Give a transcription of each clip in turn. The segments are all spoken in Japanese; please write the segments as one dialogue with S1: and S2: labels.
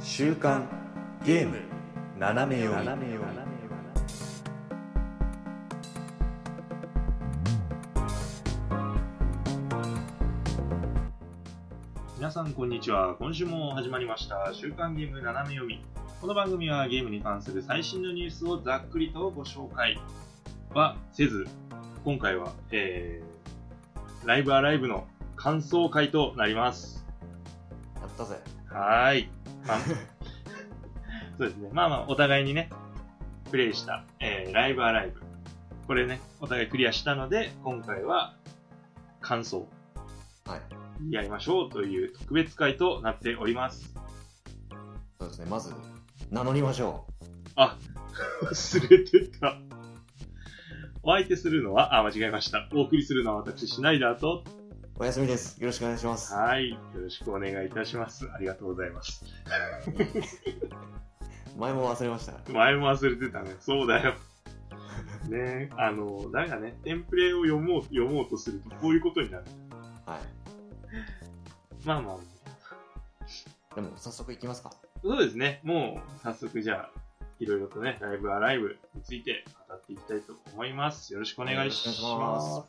S1: 週刊ゲーム斜め読み
S2: 皆さんこんにちは今週も始まりました週刊ゲーム斜め読みこの番組はゲームに関する最新のニュースをざっくりとご紹介はせず今回は、えー、ライブアライブの感想会となります
S1: やったぜ
S2: はーい、まあそうですねまあまあお互いにねプレイした、えー、ライブアライブこれねお互いクリアしたので今回は感想
S1: はい
S2: やりましょうという特別会となっております。
S1: そうですねまず名乗りましょ
S2: 忘れてた。お相手するのは、あ、間違えました。お送りするのは私、シュナイダーと、
S1: うおやすみですよろしくお願いします
S2: はい、よろしくお願いいたします。ありがとうございます。
S1: 前も忘れました
S2: 前も忘れてたね。そうだよ。ねあの、誰かね、テンプレを読もう、読もうとすると、こういうことになる。
S1: はい
S2: まあまあ、
S1: でも早速いきますか
S2: そうですね。もう、早速じゃあ、いろいろとね、ライブアライブについて語っていきたいと思います。よろしくお願いし
S1: お願い
S2: ます
S1: し。ま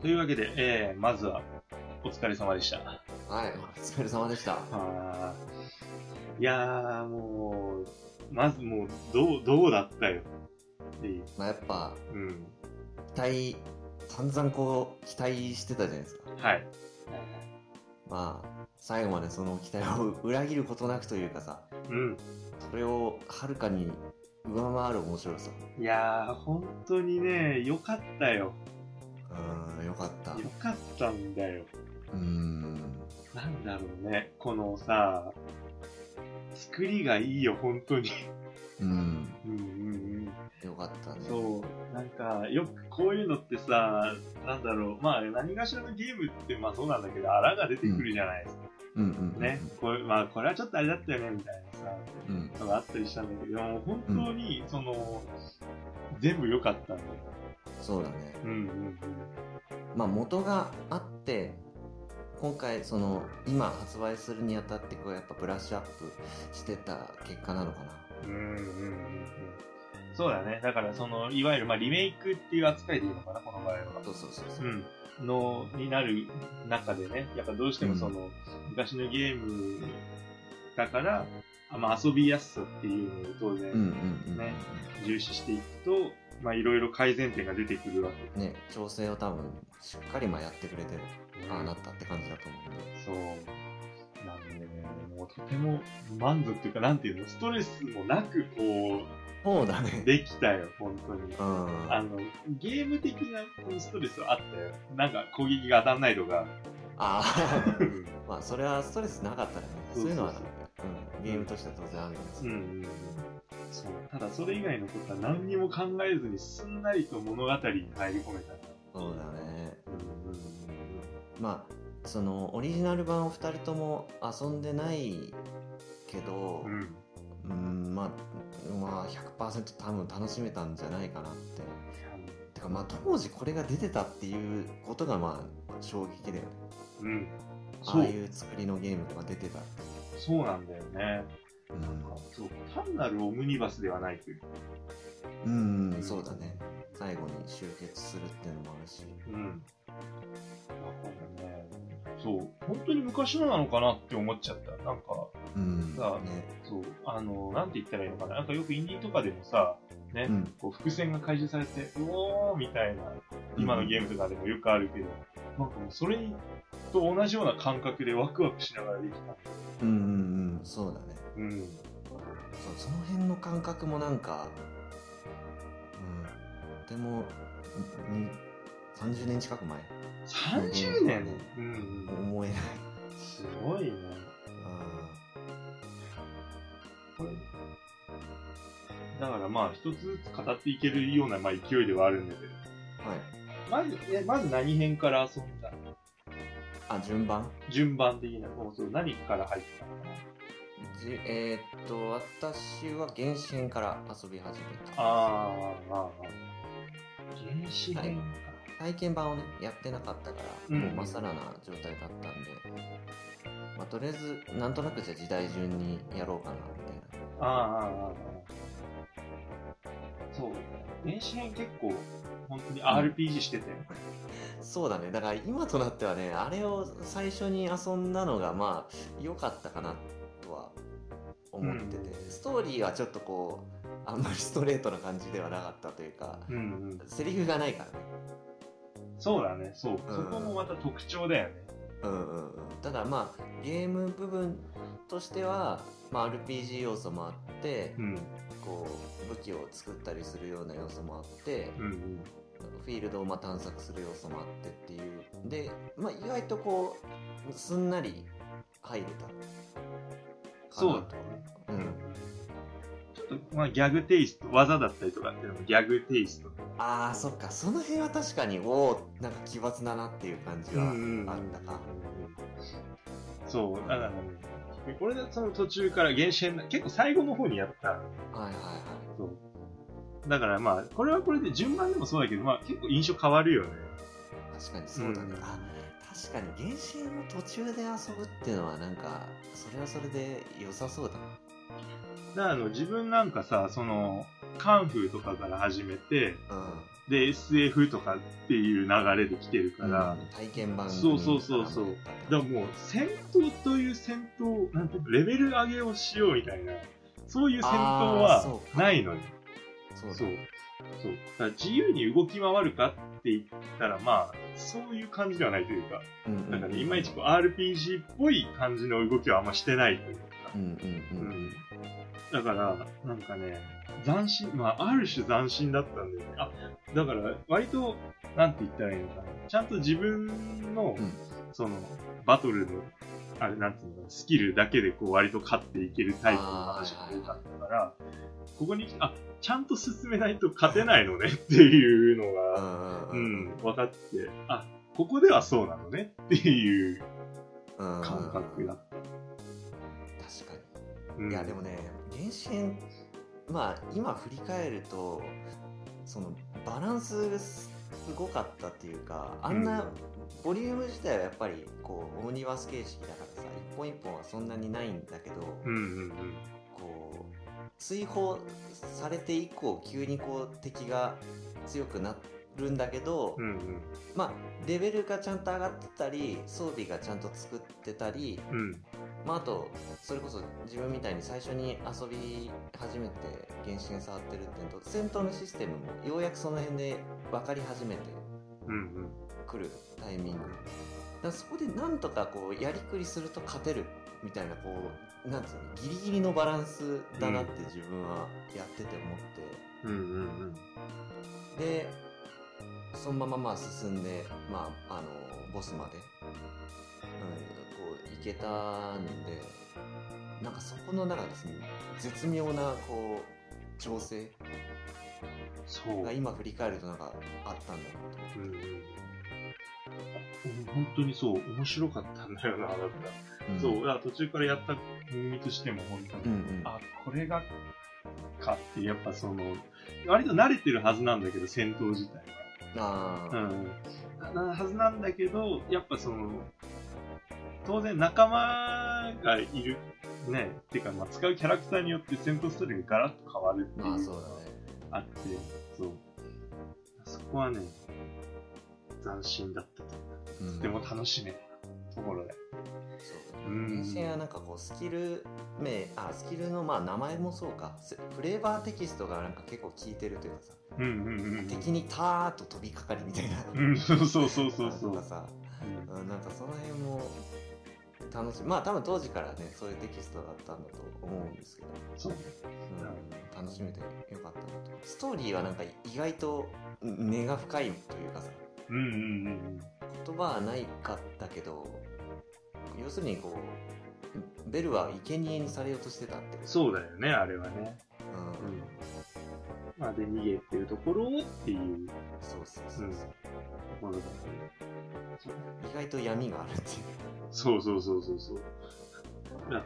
S2: というわけで、えーまずはお疲れ様でした。
S1: はいお疲れ様でした
S2: あーいやー、もう、まずもう、どう、どうだったよ。っていう
S1: まあやっぱ
S2: うん。
S1: 期待散々こう期待してたじゃないですか
S2: はい。
S1: まあ最後までその期待を裏切ることなくというかさ
S2: うん。
S1: それをはるかに上回る面白さ
S2: いやー、本当にね、よかったよ。
S1: うーんよかった
S2: よかったんだよ。
S1: うーん
S2: なんだろうね、このさ、作りがいいよ、本当に。
S1: うん
S2: うんうん
S1: よかったね
S2: うん。そう。なんか、よくこういうのってさ、なんだろう、まあ、何がしらのゲームって、まあそうなんだけど、あらが出てくるじゃないですか。
S1: うんうんうん
S2: ね。これ、まあ、これはちょっとあれだったよね、みたいなさ、
S1: うん
S2: のがあったりしたんだけど、もう本当に、その、全部良かったんだよ。
S1: そうだね
S2: うんうん
S1: まあ元があって今回その今発売するにあたってこうやっぱブラッシュアップしてた結果なのかな
S2: うん。うんうんうんうん。そうだね。だから、その、いわゆる、まあ、リメイクっていう扱いでいいのかな、この場合は。
S1: そうそうそうそう、
S2: うん、のになる中でね、やっぱどうしてもその、昔のゲームだから、あまあ、遊びやすさっていうのを当
S1: うん
S2: 然
S1: うんうん
S2: ね重視していくと、まあいろいろ改善点が出てくるわけ
S1: ね調整を多分しっかりまあやってくれてるああなったって感じだと思うんで
S2: そう。なんでね、もうとても満足というか、なんていうの、ストレスもなくこ
S1: そうだ
S2: う、
S1: ね
S2: できたよ、本当に。
S1: うん
S2: あ
S1: あ
S2: の、ゲーム的なストレスはあったよ。なんか攻撃が当たんないとか。
S1: あまあそれはストレスなかったらねそういうのは
S2: そうそう
S1: うん、ゲームとしては当然あるんです
S2: う
S1: け
S2: ん
S1: ど、
S2: うんうんそうただそれ以外のことは何にも考えずにすんなりと物語に入り込めた、
S1: そうだね
S2: うんうん
S1: まあそのオリジナル版を2人とも遊んでないけど、
S2: うんうん、
S1: うーんまあ、まあ、100%多分楽しめたんじゃないかなって。てかまあ当時これが出てたっていうことがまあ衝撃だよね。
S2: うん、
S1: あ
S2: そ
S1: あ
S2: う
S1: いう作りのゲームが出てたって。
S2: そうなんだよねなんかそう単なるオムニバスではないという
S1: うん、うん、そうだね。最後に集結するっていうのもあるし。
S2: うんだからねそう本当に昔のなのかなって思っちゃったなんか
S1: うん。
S2: さあ
S1: ね。
S2: そうあのなんて言ったらいいのかななんかよくインディーとかでもさね、
S1: うん。
S2: こう伏線が回収されてうおーみたいな今のゲームとかでもよくあるけど、なんかもうそれと同じような感覚でワクワクしながらできた。
S1: うんうんうん、そうだね。
S2: うん。
S1: そうその辺の感覚もなんか、うん、とても、に30年近く前
S2: 30年うん、
S1: 思えない。
S2: うん。すごいね。これだからまあ一つずつ語っていけるようなまあ勢いではあるんだけど。
S1: うんはい。
S2: まず、えまず何編から遊んだ
S1: あ、順番
S2: 順番的な。もうそう何から入ったのかな
S1: じえーっと私は原始編から遊び始めた
S2: あーあー、あ PC 版なのか
S1: 体験版をねやってなかったから、
S2: うん
S1: もうまっさらな状態だったんで、まあ、とりあえずなんとなくじゃあ時代順にやろうかなみたいな
S2: な。ああ、ああ、ああ。そう。電子編結構、本当に RPG してて。
S1: そうだねだから今となってはねあれを最初に遊んだのがまあ良かったかなとは思ってて、ストーリーはちょっとこうあんまりストレートな感じではなかったというか、
S2: うん、うん。
S1: セリフがないからね
S2: そうだね、そう。そこもまた特徴だよね。
S1: うんうんうんただまあゲーム部分としては、まあ、RPG 要素もあって、
S2: うん、
S1: こう武器を作ったりするような要素もあって、
S2: うん、うん。
S1: フィールドをまあ探索する要素もあってっていうで、まあ、意外とこうすんなり入れた
S2: そうだったね。
S1: うん、
S2: ちょっと、まあ、ギャグテイスト、技だったりとかっていうのもギャグテイスト。
S1: ああそっかその辺は確かにおおんか奇抜だなっていう感じはあったか、
S2: そう、だからね、これでその途中から原始編だ、結構最後の方にやった。
S1: はいはいはい
S2: そう。だからまあ、これはこれで順番でもそうだけど、まあ結構印象変わるよね。
S1: 確かにそうだね、
S2: うん
S1: あ確かに原神の途中で遊ぶっていうのはなんかそれはそれで良さそうだな
S2: だからあの、自分なんかさ、その、カンフーとかから始め
S1: う
S2: て、
S1: ん
S2: で、SF とかっていう流れで来てるから、
S1: うん体験版
S2: そうそうそうそう
S1: に絡んでた
S2: だからもう戦闘という戦闘なんていうのレベル上げをしようみたいなそういう戦闘
S1: あーそ
S2: は
S1: うか
S2: ないのに
S1: そう
S2: そう
S1: だ
S2: そうだから自由に動き回るかって言ったらまあそういう感じではないというか
S1: うんうん
S2: なんかねいまいちこう RPG っぽい感じの動きはあんましてないというか
S1: うんうんうん、
S2: うんだからなんかね斬新まあある種斬新だったんだよねあだから割となんて言ったらいいのかなちゃんと自分の、
S1: うん
S2: そのバトルのあれなんていうのかなスキルだけでこう割と勝っていけるタイプの話が多かったからここに来てあちゃんと進めないと勝てないの ねっていうの
S1: う
S2: が、
S1: ん
S2: う
S1: うんん
S2: 分かってあここではそうなのねっていう
S1: うんうん
S2: 感覚だった。
S1: 確かに
S2: うん
S1: いやでもね原神まあ今振り返るとそのバランスがすごかったっていうかあんなボリューム自体はやっぱりこうオムニバス形式だからさ一本一本はそんなにないんだけど
S2: うんうんうん
S1: こう追放されて以降急にこう敵が強くなるんだけど、
S2: うんうん
S1: まあレベルがちゃんと上がってたり装備がちゃんと作ってたり
S2: うん
S1: まあ、あとそれこそ自分みたいに最初に遊び始めて原神触ってるっていうのと戦闘のシステムもようやくその辺で分かり始めて
S2: うん
S1: くるタイミングだからそこでなんとかこうやりくりすると勝てるみたいなこうなんつうのギリギリのバランスだなって自分はやってて思っ
S2: うんうんうん
S1: て、でそのまままあ進んで、まあ、あのボスまで、うん、こういけたんでなんかそこの中ですね絶妙なこう調整
S2: そう
S1: が今振り返るとなんかあったんだろうと思って
S2: うんうんうん本当にそう面白かったんだよなだから、そうだから途中からやった身としても本当
S1: うん
S2: に、
S1: うん
S2: あこれがかってやっぱその割と慣れてるはずなんだけど戦闘自体
S1: あー
S2: はうんなはずなんだけどやっぱその当然仲間がいるねっていうか、まあ、使うキャラクターによって戦闘ストーリーがガラッと変わるっていう
S1: まあそうだね
S2: あって、そう。そこはね、斬新だったと。
S1: うん
S2: とても楽しめたところで。
S1: そう
S2: うん
S1: 原神はなんかこうスキル名あスキルのまあ名前もそうかせフレーバーテキストがなんか結構効いてるというかさ、
S2: うんうんうん。
S1: 敵にターッと飛びかかりみたいな、
S2: うん、そうそうそうそう
S1: あ
S2: そ
S1: とか
S2: う。
S1: さ、うん、なんかその辺も楽しいまあ多分当時からねそういうテキストだったんだと思うんですけど、
S2: そう。
S1: うん、楽しめてよかったなとストーリーはなんか意外とうん根が深いというかさ
S2: うんうんうん
S1: 言葉はないかったけど要するにこうベルは生贄にされようとしてたってこと
S2: うん。そうだよね、あれはね。
S1: うん
S2: うん。まあ、で、逃げてるところをっていうと
S1: そうそうそうそう、
S2: ころだよね。
S1: 意外と闇があるっていう
S2: そうそうそうそうそう。いや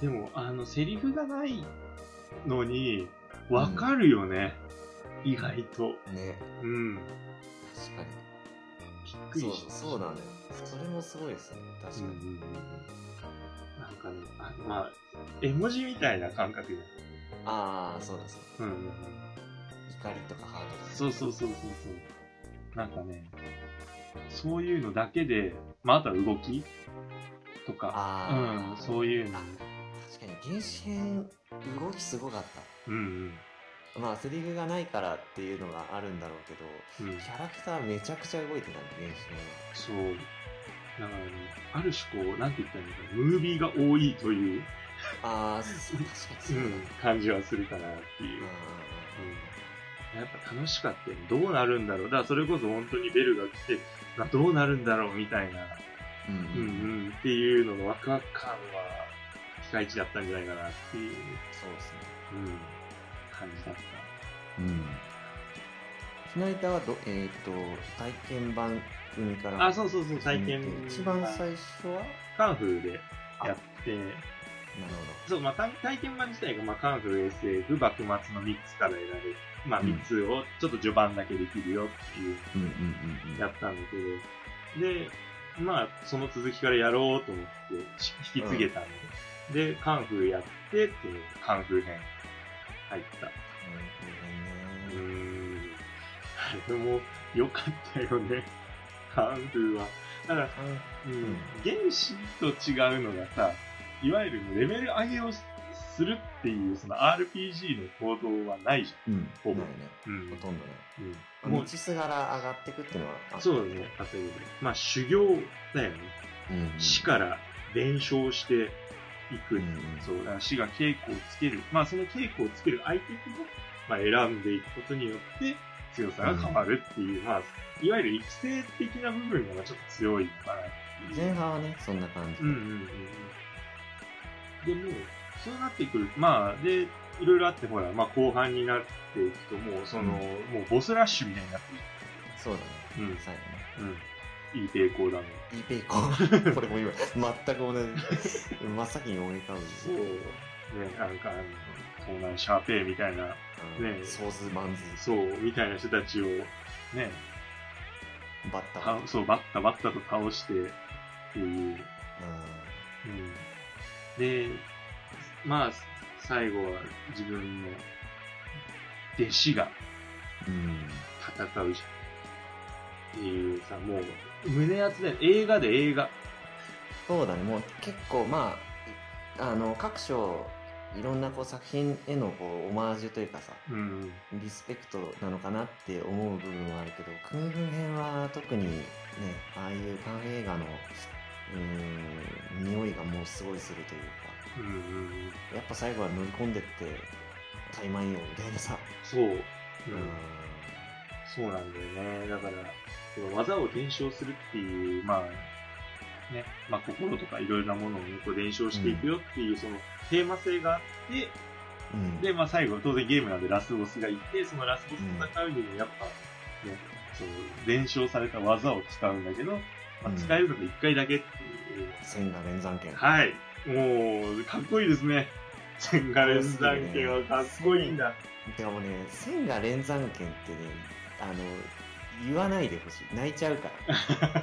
S2: でも、あの、セリフがないのに、わかるよね。意外と。
S1: ね
S2: うん。びっく
S1: そ
S2: り
S1: う
S2: した
S1: そうなんだよそれもすごいですね確か
S2: うんうん
S1: に、
S2: うんなんかねあまあ絵文字みたいな感覚で、
S1: ああそうだそう
S2: うんうんうん、
S1: だ怒りとかハートとか
S2: そうそうそうそうそうなんかねそういうのだけでまああとは動きとか
S1: あ
S2: うん
S1: あ、
S2: そういうの
S1: あ確かに原始編動きすごかっ
S2: うんうん
S1: たまあセリフがないからっていうのがあるんだろうけど
S2: うん
S1: キャラクターめちゃくちゃ動いてたね原始
S2: そう。だからね、ある種こう、なんて言ったらいいのかな、ムービーが多いという、
S1: 編はああそう確かに
S2: う
S1: そうだ、うん
S2: ん、感じはするかなっていう。うん、やっぱ楽しかったよね。どうなるんだろう。だからそれこそ本当にベルが来て、などうなるんだろうみたいな、
S1: うん
S2: うん
S1: うんうん
S2: うん、っていうののワクワク感は、ピカイチだったんじゃないかなっていう、
S1: そうですね
S2: うん、感じだった。
S1: うんひなりたはど、えー、と体験版組から
S2: あ、そうそうそう、体験
S1: うん。一番最初は
S2: カンフルでやって、
S1: なる
S2: そう、まあ、体体験版自体が、まあ、カンフル SF、幕末の3つから選べ、まあ、
S1: うん
S2: 3つをちょっと序盤だけできるよっていう、
S1: ほどうんうんうんうん
S2: やったんだけど、で、まあ、その続きからやろうと思って、し引き継げたんで、で、カンフルやって、って、カンフル編入った。うー。
S1: うん
S2: あれも良かったよね、カンフルは。だから、うん、原子と違うのがさ、いわゆるレベル上げをするっていう、その RPG の行動はないじ
S1: んうん
S2: ほぼ
S1: ないね
S2: ゃん。う
S1: ほ
S2: ん。
S1: とんどね
S2: うん、
S1: も
S2: も
S1: う
S2: う、
S1: 道すがら上がってくっていうのはあった
S2: そうだね、あとね、まあ修行だよね。
S1: うんうん
S2: 死から伝承していく。
S1: うんうん
S2: そう、だから死が稽古をつける。まあその稽古をつける相手を、まあ、選んでいくことによって、強さが変わるっていう、まあ、いわゆる育成的な部分がちょっと強いかなっていう。
S1: 前半はねそんな感じ
S2: うんうんうんうん。でも、そうなってくる。まあ、で、いろいろあって、ほら、まあ、後半になっていくと、もう、その、
S1: うん
S2: もうボスラッシュみたいになって
S1: そうだね
S2: くる。うん
S1: 最後ね。
S2: うん。いい抵抗だね。
S1: いいペイコ ンこれも今全く同じ真っ先に思い浮かぶ
S2: そう。ね、なんか、あの、東南シャーペイみたいな、
S1: うん
S2: ね
S1: ソーズマンズ
S2: そう、みたいな人たちを、ね、
S1: バッタ
S2: た
S1: ー
S2: そう、バッタバッタと倒して、っていう。うん。で、まあ、最後は自分の弟子が、
S1: うんうん
S2: 戦うじゃん。っていうさ、もう、胸熱だよ。映画で映画。
S1: そうだねもう結構まああの各所いろんなこう作品へのこうオマージュというかさ
S2: うん。
S1: リスペクトなのかなって思う部分はあるけど空軍編は特にねああいうカンフェ映画のうーん匂いがもうすごいするというか
S2: うんうんうん。
S1: やっぱ最後は乗り込んでって怠慢よみたいなさ
S2: そう。うん。
S1: うん
S2: そうなんだよね。だから、その技を伝承するっていう、まあ、ね、まあ心とかいろいろなものをね、こう伝承していくよっていう、そのテーマ性があって、
S1: うん
S2: で、まあ最後、当然ゲームなんでラスボスがいて、そのラスボスと戦うにもやっぱ、ね、そう、伝承された技を使うんだけど、まあ、使えるのが一回だけっていう、
S1: 千賀連山剣
S2: はい。もう、かっこいいですね。千賀連山家はかっこいいんだ。
S1: てかもうね千賀連山剣ってねあの言わないでほしい泣いちゃうから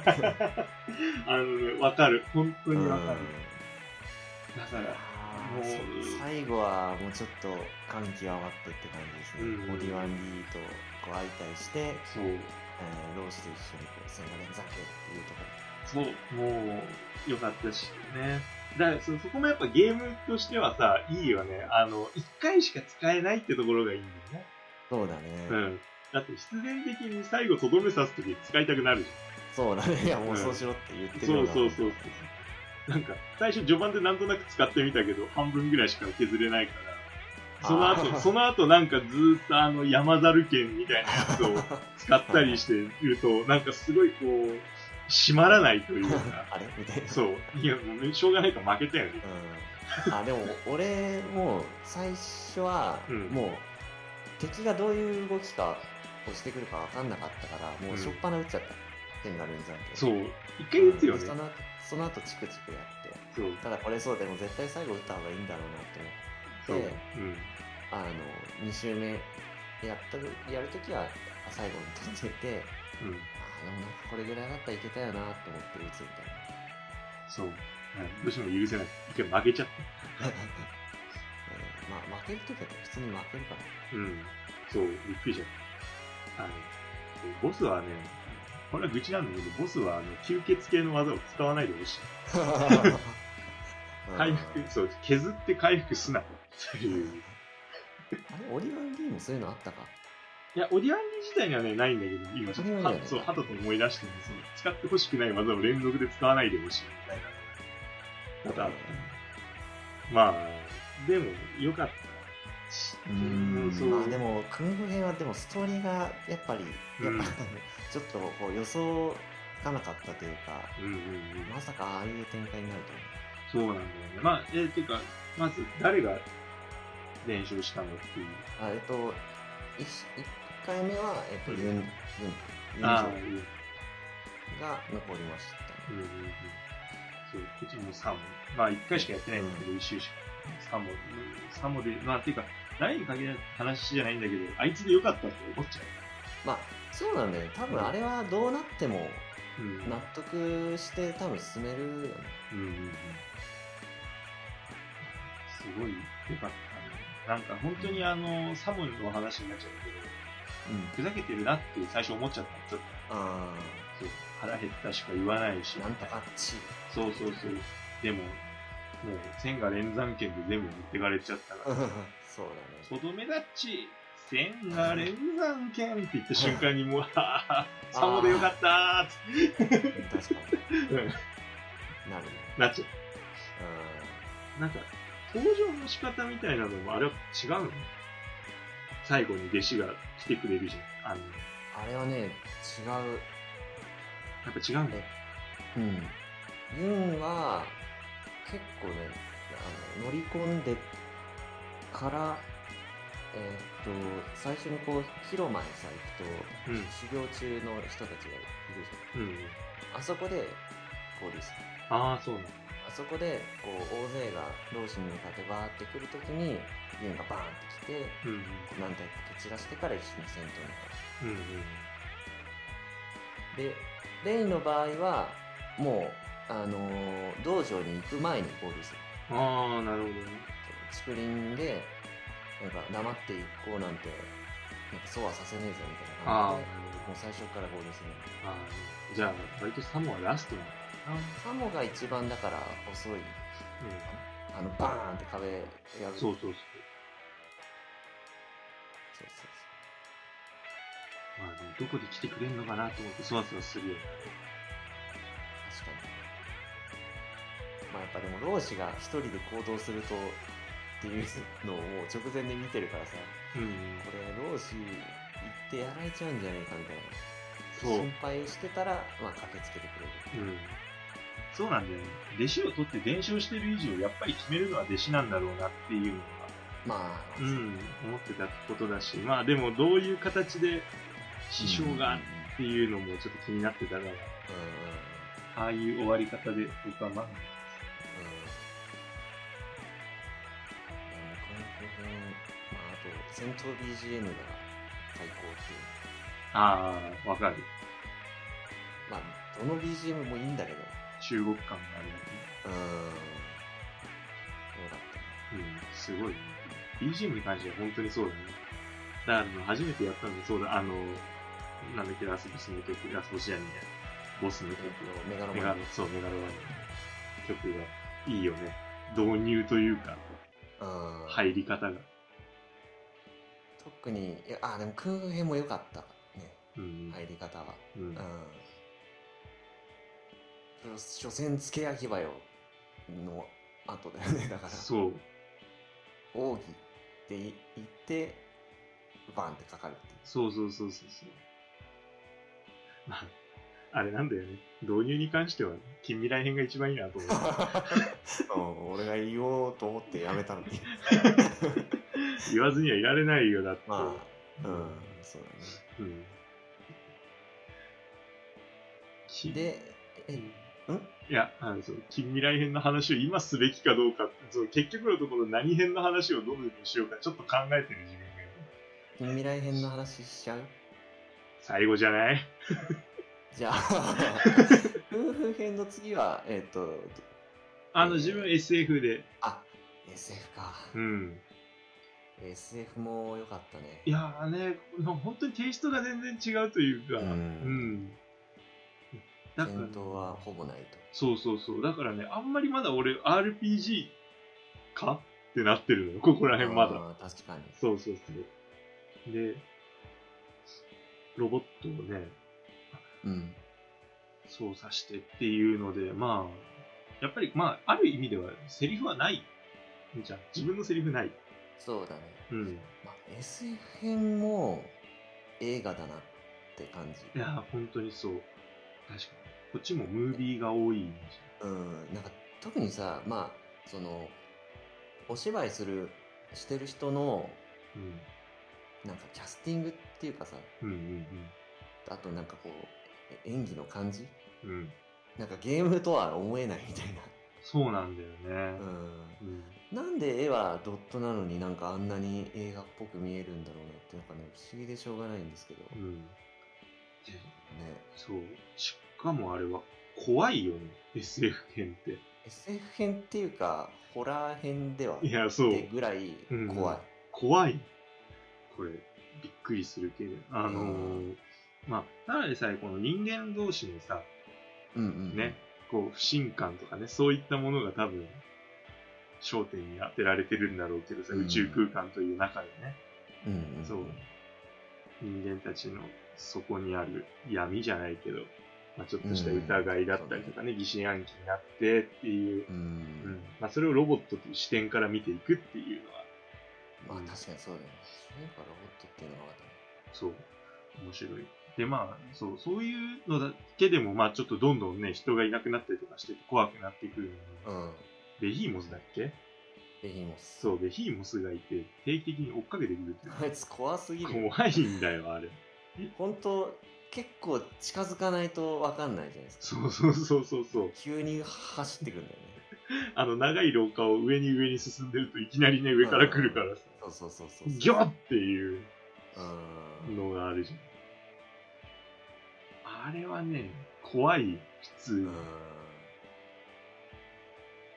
S2: あのね、わかる。本当にわかる
S1: うん。
S2: だから、
S1: あ
S2: もう
S1: ーそう最後はもうちょっと感極まってって感じですね、
S2: う
S1: ボ
S2: ん
S1: ディワンリーとこう相対して、え
S2: そう、
S1: ー、ローシと一緒にこう千賀連山剣っていうとこ
S2: そう、もう、よかったし、ね。だからそ、そこもやっぱゲームとしてはさ、いいよね。あの、一回しか使えないってところがいいんだよね。
S1: ろそうだね、
S2: うん。だって、必然的に最後、とどめ刺すとき使いたくなるじ
S1: そうだねいやもうそうしろって言っ
S2: ゃ
S1: て
S2: ん。
S1: る
S2: そ
S1: よ
S2: う
S1: な
S2: そうそうそう。なんか、最初序盤でなんとなく使ってみたけど、半分ぐらいしか削れないから。その
S1: あ ー
S2: 後、その後なんかずーっとあの山猿剣みたいなやつを使ったりしていると、なんかすごいこう、締まらないというか、
S1: あれみたいな
S2: そう。いや、もうしょうがないから負けたよね。
S1: うん、あで も俺もう最初は
S2: うん
S1: もう敵がどういう動きかをしてくるか分かんなかったからもうしょっぱな打っちゃった、千賀連山剣
S2: そう。一回打つよ
S1: うんそ
S2: ね。
S1: の後その後チクチクやって
S2: そう。
S1: ただこれそうでも絶対最後打った方がいいんだろうなって思って
S2: そう。
S1: であの2周目やったるやるときは最後に閉じて
S2: うん。う
S1: あ
S2: ん。
S1: でもなんかこれぐらいだったらいけたよなと思って打つみたいな。
S2: そう。うんどうしても許せない。一回負けちゃっ
S1: えーまあ負けるときは普通に負けるから。
S2: た。うん。そう、びっくりしちゃった。あの、ボスはね、これは愚痴なんだけど、ボスはあの吸血系の技を使わないでほしい。
S1: うん
S2: 回復、そう、削って回復すな。という。
S1: あれオリオン D もそういうのあったか
S2: いや、オリアンギ自体にはね、ないんだけど、今ちょっ
S1: オリ
S2: と
S1: アンギ
S2: は
S1: は、ね
S2: そう、はとと思い出してるんですよ。使ってほしくない技を連続で使わないでほしいみたいな。ことあったまあ、でも、よかったし。
S1: うん
S2: そう。
S1: まあでもクンフ編はでもストーリーがやっぱりやっぱ、
S2: うん
S1: ちょっとこう予想つかなかったというか
S2: うんうんうん。
S1: まさかああいう展開になる
S2: そうなんだよね。まあ、えー、ていうか、まず、誰が練習したのっていう。
S1: と思うあえっと 1, 回目は、えっと、ユンユンユンユン
S2: ああ、
S1: ソ
S2: うんうんうん。
S1: ンが残りましたね
S2: そう、こっちも3本。まあ、1回しかやってないんだけど、1周しか。3本。3本で、まあ、ていうか、誰に限らない話じゃないんだけど、あいつでよかったって思っちゃ
S1: まあそうなんだよね多分あれはどうなっても
S2: う。うん。
S1: 納得して多分進めるよね
S2: うんうんうん。すごい良かったね。なんか、本当にあの、サムの話になっちゃう
S1: うん
S2: けど、ふざけてるなって最初思っちゃった。ちょっ
S1: あ
S2: と、そう腹減ったしか言わないし
S1: あ。なんとかっち
S2: そうそうそう。でも、もう、千が連山剣で全部持ってかれちゃったから。
S1: そうだね
S2: とどめだっち、千が連山剣って言った瞬間にもう、ああ、サモでよかったーっ
S1: 確か
S2: てう
S1: になる
S2: ん
S1: ね
S2: なっちゃ
S1: うん
S2: う。なんか、登場の仕方みたいなのも、あれは違うの最後に弟子が来てくれるじゃん。あの、
S1: あれはね、違う。
S2: やっぱ違うんだよ。
S1: うん。ユンは、結構ね、あの乗り込んでから、えーっと、最初にこう、広間にさ、行くと、
S2: うん
S1: 修行中の人たちがいるじ
S2: うん。
S1: ゃん。あそこで、交流する。
S2: ああ、そうなんだ。
S1: あそこで、こう、大勢が、老子に向かってバーって来るときに、ユンがバーンって来て、
S2: うんうん。
S1: 何体か蹴散らしてから一緒に戦闘に入る。
S2: うんうん。
S1: でレイの場合はもう、あのー道場に行く前に合流する
S2: ああ、なるほどね。
S1: 竹林でなんか黙っていこうなんてなんかそうはさせねえぞみたいな
S2: ああ、
S1: 感
S2: なる
S1: じでもう最初から合流する
S2: ほど。ああじゃあ、割とサモはラストなんだな。
S1: サモが一番だから遅い
S2: うん。
S1: あのバーンって壁やるそう
S2: そ
S1: そう
S2: うそうそう。
S1: そう
S2: まあ、でもどこで来てくれるのかなと思って、そわそわするよね。
S1: 確かにまあやっぱでも老子が一人で行動するとっていうのをもう直前で見てるからさ
S2: うん
S1: これ老子行ってやられちゃうんじゃないかみたいな
S2: そう
S1: 心配してたら、まあ、駆けつけてくれる
S2: うん、そうなんだよね。弟子を取って伝承してる以上、やっぱり決めるのは弟子なんだろうなっていうのは、
S1: まあ、
S2: うん、思ってたことだし、まあでもどういう形で師匠が
S1: う
S2: っ
S1: ん
S2: ていうのもちょっと気になってたから、ああいう終わり方で僕はまあ、
S1: うんうんうんまあ、あと戦闘 BGM が最高っていう
S2: ああ、わかる。
S1: まあどの BGM もいいんだけど
S2: 中国感がある
S1: うんよかったね
S2: だけ。うん、すごい、ね。BGM に関しては本当にそうだね。だからあの初めてやったのがそうだ、あの、なんだっけ、ラスボスの曲、ラスボスじゃねえやボスの
S1: えっ
S2: 曲。
S1: とメガロ
S2: メ
S1: マ
S2: ガ
S1: ン
S2: ロ、そう、メガロワン曲がいいよね。導入というか、
S1: うん
S2: 入り方が。
S1: 特にいやあでも空軍編も良かったね
S2: うん。
S1: 入り方は
S2: うん
S1: うんプロ所詮付け焼き場よの後だよねだから
S2: そう。
S1: 奥義ってい言ってバンってかかるっていう
S2: そうそうそうそうそう。まあ、あれなんだよね。導入に関しては、近未来編が一番いいなと 思う。
S1: うん俺が言おうと思ってやめたのに
S2: 言わずにはいられないよ、だって。
S1: まあうんそうだ
S2: うん。き
S1: ねでえ
S2: いや、あのそう近未来編の話を今すべきかどうかそう、結局のところ何編の話をどういうふうにしようかちょっと考えてる自分がいる
S1: 近未来編の話しちゃう
S2: 最後じゃない
S1: じゃ あ夫婦編の次はえっ、と
S2: あの、自分 SF で。
S1: あ SF か
S2: うん。
S1: SF も良かったね
S2: いやーね、本当にテイストが全然違うというか、
S3: う
S2: うんん。だから
S1: 戦、闘はほぼないと
S2: そうそうそう。だからね、あんまりまだ俺、RPG かってなってるのよ。ここら辺まだ。
S1: あー確かに
S2: そうそうそう。で、ロボットをね、
S1: うん
S2: 操作してっていうので、まあ、やっぱり、まあ、ある意味では、セリフはない。じゃん自分のセリフない。
S1: そうだね、
S2: うん。
S1: まあ、SF 編も映画だなって感じ
S2: いや、本当にそう。確かに。こっちもムービーが多いイメー
S1: う
S2: ジ。
S1: んなんか特にさまあそのお芝居するしてる人の
S2: うん。
S1: なんかキャスティングっていうかさ
S2: うん
S1: あとなんかこうえ演技の感じ
S2: うんうん。うん。
S1: なんかゲームとは思えないみたい
S2: そうなんだよ
S1: な、
S2: ね。
S1: う
S2: うん。
S1: ん、なんで絵はドットなのになんかあんなに映画っぽく見えるんだろうなってなんかね不思議でしょうがないんですけど
S2: う
S1: ね
S2: ん。でそう。しかもあれは、怖いよね。SF 編って。
S1: SF 編っていうかホラー編ではっ
S2: い
S1: て
S2: や、そう。
S1: ぐらい
S2: うん
S1: 怖い、
S2: 怖いこれびっくりするけどあのー
S1: うん
S2: まあただでさえこの人間同士のさ
S1: うんうん
S2: ねこう不信感とかねそういったものが多分焦点に当てられてるんだろうけどさ、
S1: うん
S2: 宇宙空間という中でね
S1: うんうん
S2: そう人間たちのそこにある闇じゃないけど、まあ、ちょっとした疑いだったりとかね、疑心暗鬼になってっていう、
S1: う
S2: うんんまあ、それをロボットという視点から見ていくっていうの
S1: まあ
S2: はうん
S1: 確かにそうだよね。なんかロボットっていうのがまたね。
S2: そう。面白い。で、まあ、そう、そういうのだけでも、まあ、ちょっとどんどんね、人がいなくなったりとかして怖くなってくるの
S1: う
S2: に、
S1: ん。
S2: ベヒーモスだっけ
S1: ベヒモス。
S2: そう、ベヒーモスがいて、定期的に追っかけてくるっていう
S1: あいつ怖すぎる。
S2: 怖いんだよ、あれ。
S1: 本当結構近づかないと分かんないじゃないですか。
S2: そうそうそうそうそう。
S1: 急に走ってくるんだよね。
S2: あの、長い廊下を上に上に進んでると、いきなりね、上から来るからさ、
S1: そうそうそうそう。
S2: ギョッっていう
S1: うん。
S2: のがあるじゃん。あれはね、怖い、普通
S1: うん
S2: に。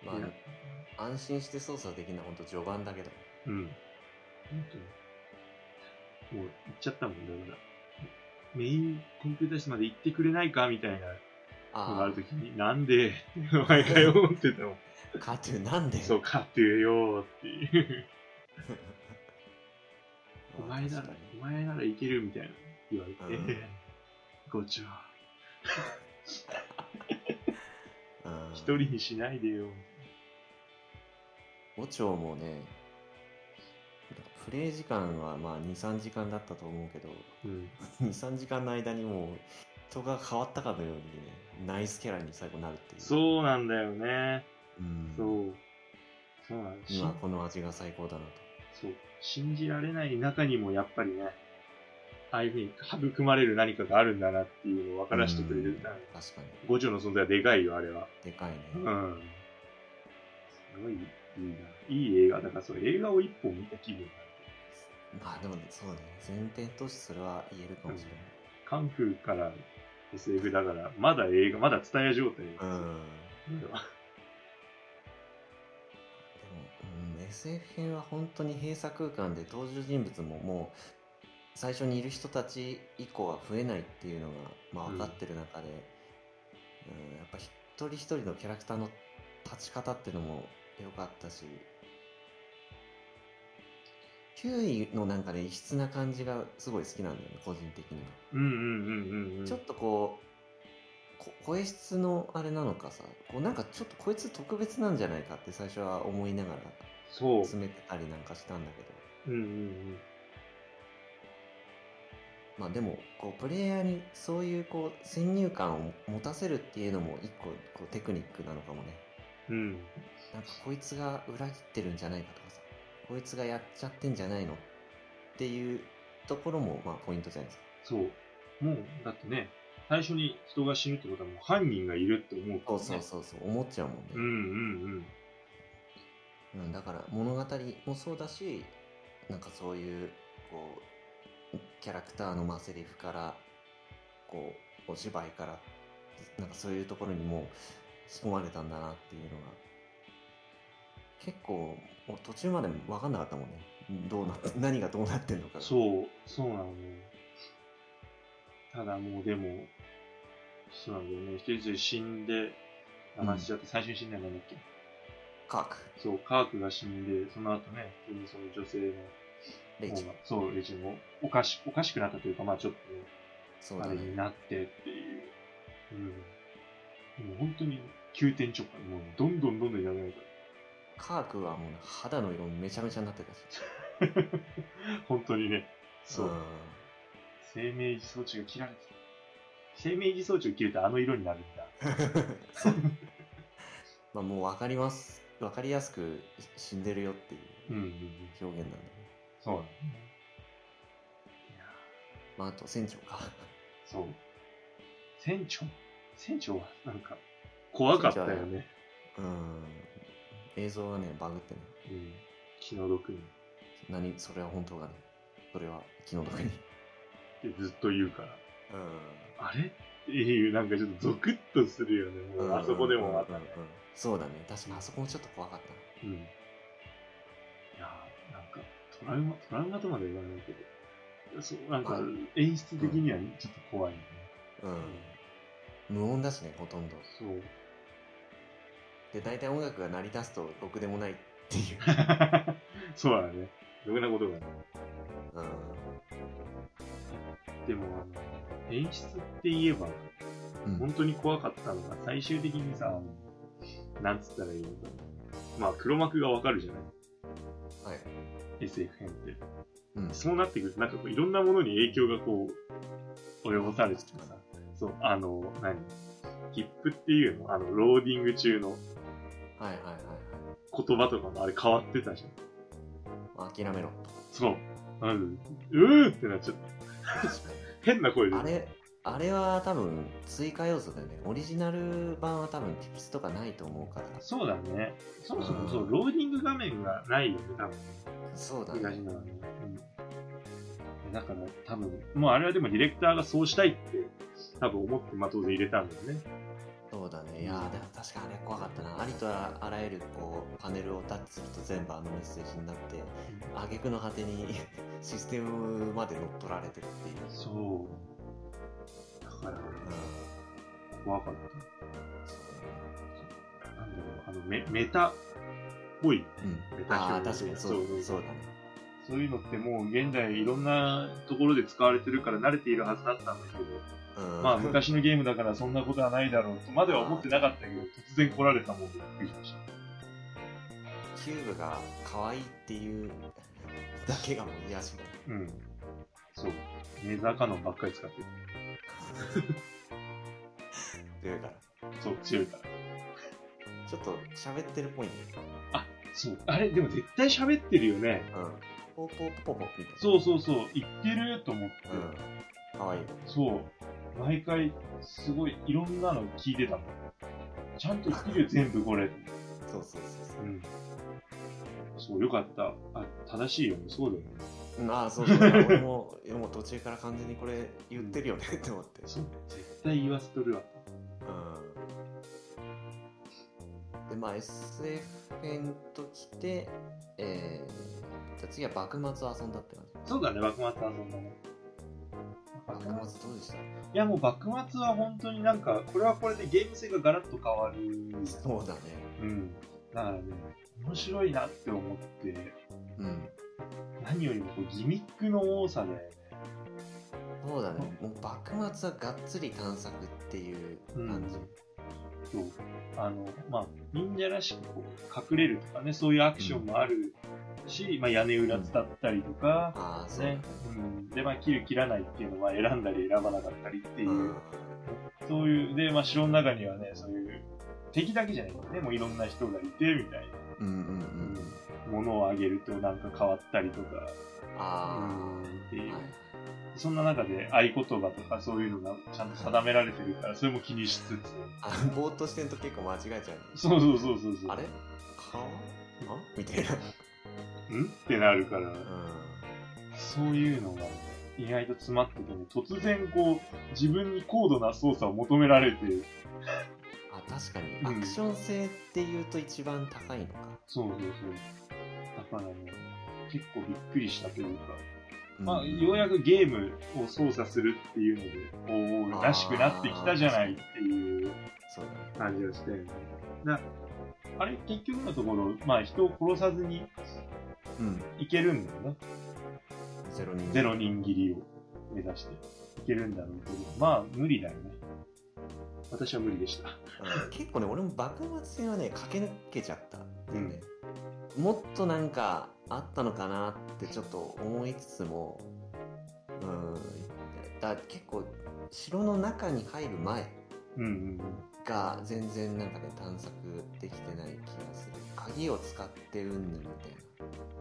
S1: ま
S2: いや
S1: あ、安心して操作できるのは本当序盤だけど。
S2: うん。本当に。もう行っちゃったもんだから。メインコンピューター室まで行ってくれないかみたいなのがあ
S1: あ
S2: るときに、なんでってお前がよって 言ったの。
S1: あ、カトゥーなんで
S2: そうかっていうよっていう。お前なら、お前ならいけるみたいな言われて。ごちは、一人
S1: 人。
S2: にしないでよ。
S1: 五丁もね、プレイ時間はまあ2、3時間だったと思うけど、
S2: うん。
S1: 23時間の間にもう人が変わったかのようにねナイスキャラに最後なるっていうう、
S2: そうなんだよね。
S1: ん、
S2: そう。そうなんです
S1: 今この味が最高だな
S2: そう。信じられない中にもやっぱりね、ああいうふうに育まれる何かがあるんだなっていうのを分
S1: と
S2: からしてくれる
S1: うん
S2: だ。
S1: 確かに
S2: 五条の存在はでかいよ、あれは。
S1: でかいね、
S2: うん。すごい、いいな。いい映画。だからそう、映画を一本見た気分になる。
S1: まあでもねそうね前提としてそれは言えるかもしれ
S2: カンフーから SF だから、まだ映画、まだ伝え状態
S1: ないうん、でも、
S2: これは
S1: うん、SF 編は本当に閉鎖空間で登場人物ももう最初にいる人たち以降は増えないっていうのが、まあ、分かってる中で、うんやっぱ一人一人のキャラクターの立ち方っていうのも良かったし9位のなんかね異質な感じがすごい好きなんだよね個人的には、
S2: うんうんうんうんうん。
S1: ちょっとこうこ声質のあれなのかさこうなんかちょっとこいつ特別なんじゃないかって最初は思いながら
S2: そう。
S1: 詰めてたりなんかしたんだけど
S2: うんうんうん。
S1: まあでもこうプレイヤーにそういうこう先入観を持たせるっていうのも一個こうテクニックなのかもね
S2: うん。
S1: なんかこいつが裏切ってるんじゃないかとかさこいつがやっちゃってんじゃないのっていうところもまあポイントじゃないですか
S2: そう。もう、だってね、最初に人が死ぬってことはもう犯人がいるって思うか
S1: そ
S2: ら、
S1: う
S2: ね。
S1: そうそうそう思っちゃうもんね、
S2: うんうん
S1: うん、だから物語もそうだしなんかそういうこうキャラクターのまあセリフからこうお芝居からなんかそういうところにもう仕込まれたんだなっていうのが結構もう途中まで分かんなかったもんねどうなって何がどうなってんのかが
S2: そう、そうなのね。ただもうでも、そうなんだよね。一人一人死んで、あ、まあ、
S1: うん
S2: 違って最初に死んだのなんだっけ。
S1: カーク
S2: そう、カークが死んで、その後ね、普通にその女性
S1: レイチェ
S2: の
S1: ル
S2: 方が、そう、レイチェルもおかし、おかしくなったというか、まあちょっとね、
S1: そう
S2: あ
S1: だ
S2: れ
S1: ね
S2: になってっていう。うん。でも本当に急転直下、もうどんどんどんどんやらないから。
S1: カークはもう肌の色めちゃめちゃになってたし
S2: 本当にね、そう。
S1: ん
S2: 生命維持装置が切られてる。生命維持装置を切るとあの色になるんだ。
S1: そうまあもう分かります分かりやすく死んでるよってい
S2: うん
S1: う
S2: うんうん。
S1: 表現なんだね、
S2: そうなんだね。いや
S1: まああと船長か
S2: ーそう。船長船長はなんか、怖かったよね。
S1: うん映像がねバグってね
S2: うん。気の毒に。
S1: 何それは本当がねそれは気の毒に
S2: ってずっと言うから。
S1: う
S2: あれっていう、なんかちょっとゾクッとするよね。もうあそこでもまた
S1: うんうんうんそうだね確かにあそこもちょっと怖かったな
S2: うん。いやーなんか、トラウマ、トラウマとまで言わないけど、そう、なんか
S1: あ、
S2: 演出的にはちょっと怖いよね。
S1: うん、無音だしねほとんど
S2: そう。
S1: で大体音楽が鳴り出すとろくでもないっていう、
S2: そうだね。ろくなことがない。
S1: うん、
S2: でも、あの演出って言えば、
S1: うん
S2: 本当に怖かったのが、最終的にさ、なんつったらいいのかな。まあ、黒幕がわかるじゃない
S1: はい、
S2: ?SF 編って。
S1: うん、
S2: そうなってくると、なんかこう、いろんなものに影響がこう、及ぼされててさ、そう、あの、何切符っていうのあの、ローディング中の
S1: はいはいはい
S2: 言葉とかもあれ変わってたじゃん。
S1: はい諦 めろ
S2: そう。うん。うーってなっちゃった。変な声で
S1: あ。れあれは多分追加要素だよねオリジナル版は多分テキストがないと思うから
S2: そうだね。そもそもそうう、
S1: ん
S2: ローディング画面がないよね、多分。
S1: そうだ
S2: 東
S1: ね
S2: 野はね。うん。だから多分、もうあれはでもディレクターがそうしたいって、多分思って、まあ当然入れたんだよね。
S1: そうだねいやーでも確かあれ怖かったなありとあらゆるこうパネルをタッチすると全部あのメッセージになって挙句の果てに システムまで乗っ取られてるっていう、
S2: そう。だから、
S1: うん
S2: 怖かっ
S1: そう
S2: た。なんだろう、あの、メメタっぽい。
S1: だね
S2: メ
S1: うん、
S2: タ
S1: ああ
S2: 表現
S1: 確かにそう
S2: そう
S1: そうだね
S2: そういうのってもう現代いろんなところで使われてるから慣れているはずだったんだけど、
S1: うん
S2: まあ昔のゲームだからそんなことはないだろうとまでは思ってなかったけど、突然来られたもんでびっくりしました。
S1: キューブが可愛いっていうだけがもう癒しだ
S2: うん。そう。レーザーカノンばっかり使ってる。
S1: 強いから
S2: そう、強いから。
S1: ちょっと喋ってるっぽいね
S2: そう。あれ、でも絶対喋ってるよね。
S1: うんポーポーポポポみたいな
S2: そうそうそう。言ってると思って。
S1: うん可愛い
S2: そう。毎回、すごい、いろんなの聞いてたの。ちゃんと言ってるよ、全部これ。
S1: そうそうそう
S2: うん。そう、よかった。あ、正しいよね。そうだよね。
S1: そう、うん、ああそうそう俺もいやもう途中から完全にこれ言ってるよねって思 って
S2: そう。絶対言わせとるわ。
S1: でまあ SF 編ときて、えー、じゃあ次は幕末を遊んだって感じ
S2: そうだね、幕末はそんなね。
S1: 幕末どうでした
S2: いやもう幕末は本当になんか、これはこれでゲーム性がガラッと変わる。
S1: そうだね
S2: うん。だからね、面白いなって思って、
S1: うん
S2: 何よりもこうギミックの多さで、
S1: そうだねもう幕末はがっつり探索っていう感じ、
S2: そうあの、まあ、忍者らしくこう隠れるとかね、そういうアクションもあるし、まあ、屋根裏伝ったりとか、
S1: ああそうだ
S2: ね
S1: ね、
S2: うん。で、まあ、切る切らないっていうのは選んだり選ばなかったりっていう、
S1: うん
S2: そういう、で、まあ、城の中にはね、そういう、敵だけじゃないからね、もういろんな人がいて、みたいな。
S1: うんうんうん
S2: 物をあげるとなんか変わったりとか、
S1: あ
S2: って
S1: あ、
S2: いう
S1: はい。
S2: そんな中で合言葉とかそういうのがちゃんと定められてるから、それも気にしつ
S1: あぼーっとしてると結構間違えちゃうね
S2: つ。そうそうそうそうそう。
S1: あれ顔あみたいな、
S2: んってなるから、
S1: うん
S2: そういうのがね、意外と詰まっててね、突然こう、自分に高度な操作を求められて、
S1: あ確かに
S2: うん
S1: アクション性っていうと一番高いのか、
S2: そうそうそう。だからね、結構びっくりしたというか、まあ、
S1: ん
S2: ようやくゲームを操作するっていうので、おーらしくなってきたじゃないっていう
S1: そうだね
S2: 感じがして、なあれ、結局のところ、まあ、人を殺さずに
S1: うん
S2: いけるんだよな、
S1: ゼロ人
S2: ゼロ人斬りを目指していけるんだろうけど、まあ、無理だよね。私は無理でした。
S1: うん結構ね俺も幕末戦はね駆け抜けちゃったっていうね、もっとなんかあったのかなってちょっと思いつつもうんだ結構城の中に入る前
S2: うんうん
S1: が全然なんかね探索できてない気がする鍵を使ってうんぬんみ
S2: うん、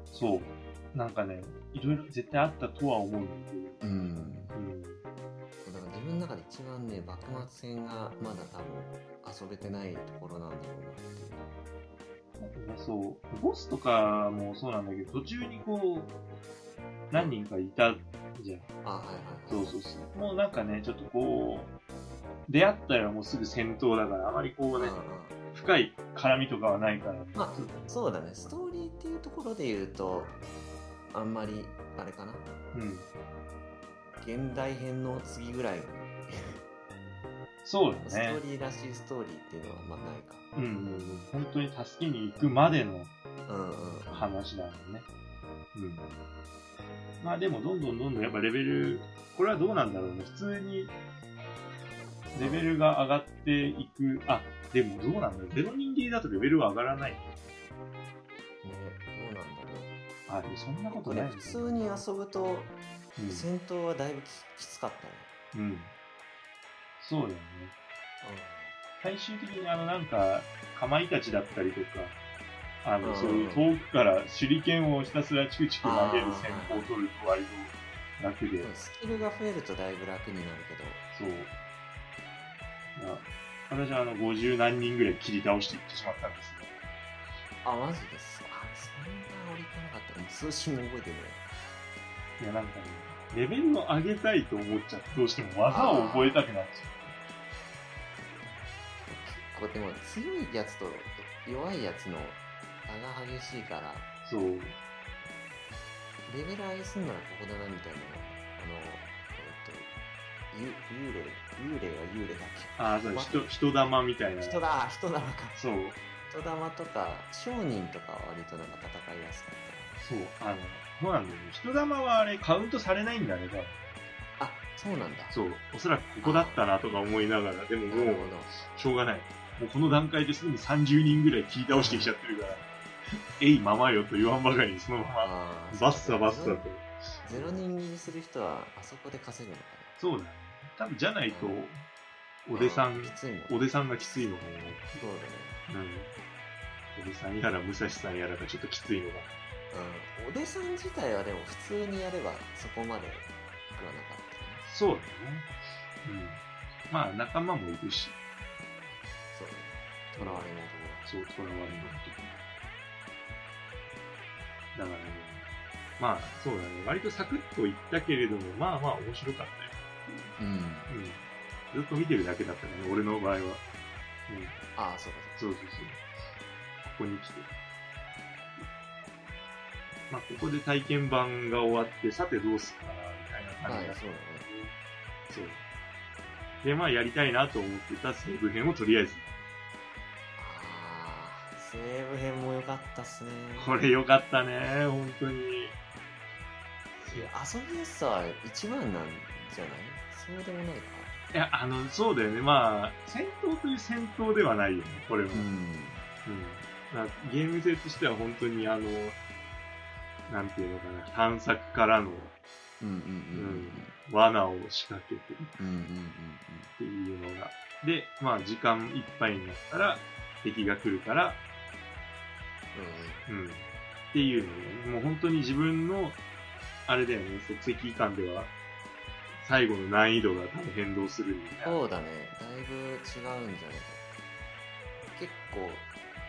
S2: そう。なんかね、いろいろ絶対あったとは思うんだけ
S1: たいなうん
S2: ど、うん、
S1: だから自分の中で一番ね幕末戦がまだ多分遊べてないところなんだろうなっていう
S2: そう、ボスとかもそうなんだけど、途中にこう、何人かいたじゃん。
S1: あはいはい
S2: そ
S1: は
S2: う
S1: い
S2: そうそう。もうなんかね、ちょっとこう、出会ったらもうすぐ戦闘だから、あまりこう
S1: うん
S2: ね、
S1: うん
S2: 深い絡みとかはないから、
S1: まあそうだねストーリーっていうところで言うとあんまりあれかな
S2: うん。
S1: 現代編の次ぐらいの
S2: そう
S1: ス
S2: だ
S1: ト
S2: ね
S1: ー。リーらしいストーリーっていうのはまあないか
S2: うんうんうん。本当に助けに行くまでの
S1: うんうん
S2: 話だもんね。うん。まあでも、どんどんどんどんやっぱレベル、これはどうなんだろうね。普通に、レベルが上がっていく、あ、でもどうなんだろう。ゼロ人切りだとレベルは上がらない。
S1: ねどうなんだろう
S2: あ、でもそんなこ
S1: ことれ
S2: ない
S1: 普通に遊ぶと
S2: うん
S1: 戦闘はだいぶききつかったね
S2: うん。そうだよね。最終的にあのなんか、かまいたちだったりとか、あ
S1: う
S2: の、
S1: ん
S2: そういう遠くから手裏剣をひたすらチクチク投げる戦法を取ると割と楽で
S1: うん、でもスキルが増えるとだいぶ楽になるけ
S2: そう。いや、私はあの、50何人ぐらい切り倒していってしまったんです
S1: どあマジですあそんな俺いかなかったそういう瞬間覚えてるね
S2: よ。いや、なんかね、レベルを上げたいと思っちゃって、どうしても技を覚えたくなっちゃ
S1: こうでも強いやつと弱いやつの差が激しいから
S2: う。そう。
S1: レベル上げすんならここだなみたいなあのえっとゆ幽霊幽霊は幽霊だっ
S2: ああ、そう、人、人玉みたい
S1: け
S2: な。
S1: 人だ人だか
S2: そう。
S1: 人玉とか商人とかは割となんか戦いやすかっ
S2: そう。あの、そうなんだよね。人玉はあれ、カウントされないんだね、多分。
S1: たあそうなんだ
S2: そう。おそらくここだったなとか思いながら、でも
S1: な
S2: も
S1: る
S2: う
S1: ほ、ど
S2: しょうがない。もうこの段階ですでに30人ぐらい切り倒してきちゃってるから、えいままよと言わんばかりにそのまま、
S1: あー
S2: バッサバッサ
S1: ゼ
S2: と
S1: ロ。ゼロ人切りする人はあそこで稼ぐのか
S2: そうだね。多分じゃないと、
S1: な
S2: おでさ
S1: あ
S2: ん
S1: ーき、ついもん
S2: おでさんがきついのか
S1: そうだね
S2: な。うん。おでさんやら、武蔵さんやらがちょっときついのか
S1: うんおでさん自体はでも普通にやればそこまで食わなかったよね
S2: な。そうだね。うん。まあ、仲間もいるし、
S1: そうねとらわれないところ
S2: そう、とらわれないと。だからね、まあ、そうだね。割とサクッと言ったけれども、まあまあ面白かったよ。
S1: うん
S2: うん。ずっと見てるだけだったからね、俺の場合は。うん。
S1: ああそうか
S2: そうそうそう。ここに来て。まあ、ここで体験版が終わって、さてどうすっかな、
S1: そうかはい
S2: みたいな感じだった
S1: そうだね
S2: そう。で、まあ、やりたいなと思ってたセーブ編をとりあえず。
S1: ああセーブ編も良かったっすね
S2: これよかったね、本当に。
S1: いや遊びやすさは一番なんじゃないそうでもないか
S2: いや、あの、そうだよね。まあ、戦闘という戦闘ではないよね、これは。
S1: ん
S2: うんまあ、ゲーム性としては本当にあの、なんていうのかな、探索からの
S1: うんうん
S2: 罠を仕掛けてっ
S1: うんうんうん
S2: ていうのが。で、まあ時間いっぱいになったら敵が来るから、うん。っていうのね、もう本当に自分の、あれだよね、即席感では、最後の難易度が多分変動するみたいな。
S1: そうだねだいぶ違うんじゃないか結構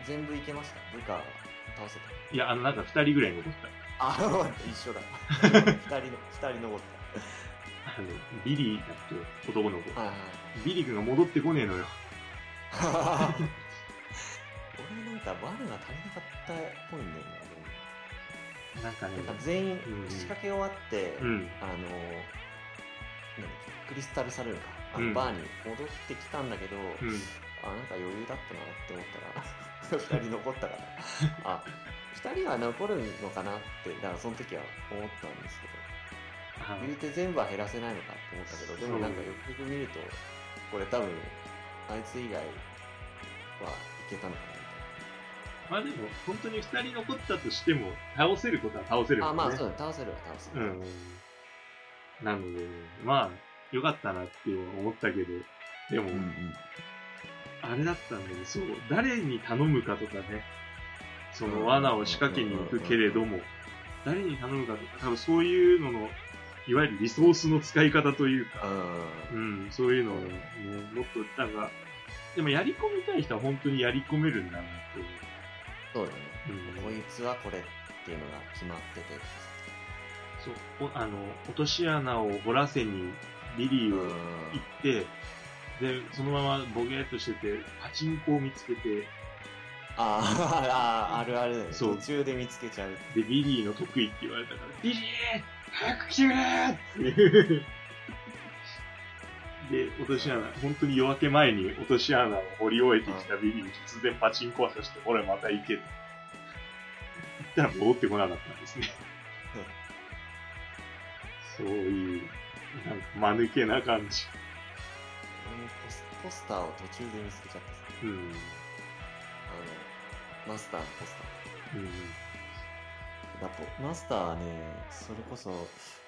S1: 全部いけました部下倒せた
S2: いや、あのなんか二人ぐらい残った。
S1: あ一緒だ二人の二人残った
S2: あの、ビリーだっけ男の子。
S1: はいはい
S2: ビリー君が戻ってこねえのよ。
S1: 俺なんかバネが足りなかったっぽいんだよね
S2: なんかね
S1: なん、か全員
S2: うん
S1: 仕掛け終わって、
S2: うん。
S1: あのーなんだっけクリスタルサルーンかあ
S2: うん
S1: のバーに戻ってきたんだけど、
S2: うん。
S1: あなんか余裕だったなって思ったら 二人残ったからあ二人は残るのかなってだからその時は思ったんですけど
S2: あ
S1: 言うて全部は減らせないのかって思ったけどでもなんかよくよく見るとこれ多分あいつ以外はいけたのか
S2: まあでも、本当に二人残ったとしても、倒せることは倒せる
S1: なあ
S2: もんね。
S1: まあそうだ倒せるは倒せ
S2: う
S1: る、
S2: ん。なので、まあ、よかったなって思ったけど、でも、
S1: ん
S2: あれだったんだよね、そう、誰に頼むかとかね、そ
S1: うん
S2: の罠を仕掛けに行くけれども、誰に頼むかとか、多分そういうのの、いわゆるリソースの使い方というか、うん、そういうのをね、もっと、なんか、でもやり込みたい人は本当にやり込めるんだなっていう。
S1: そうだね
S2: うん
S1: こいつはこれっていうのが決まってて
S2: そう、おあの、落とし穴を掘らせに、ビリーを行って、で、そのままボケーっとしてて、パチンコを見つけて、
S1: ああああるあるだよね
S2: そう
S1: 途中で見つけちゃう
S2: で、ビリーの得意って言われたから、ビリー早く来てくれーっていう。で、落とし穴、本当に夜明け前に落とし穴を掘り終えてきたビリーに突然パチンコ渡して、俺また行けと。言ったら戻ってこなかったんですね。そういう、なんか、間抜けな感じ。
S1: 俺もポスポスターを途中で見つけちゃったさ
S2: うん。
S1: あのマスターのポスター
S2: うん。
S1: やっぱマスターはねそれこそ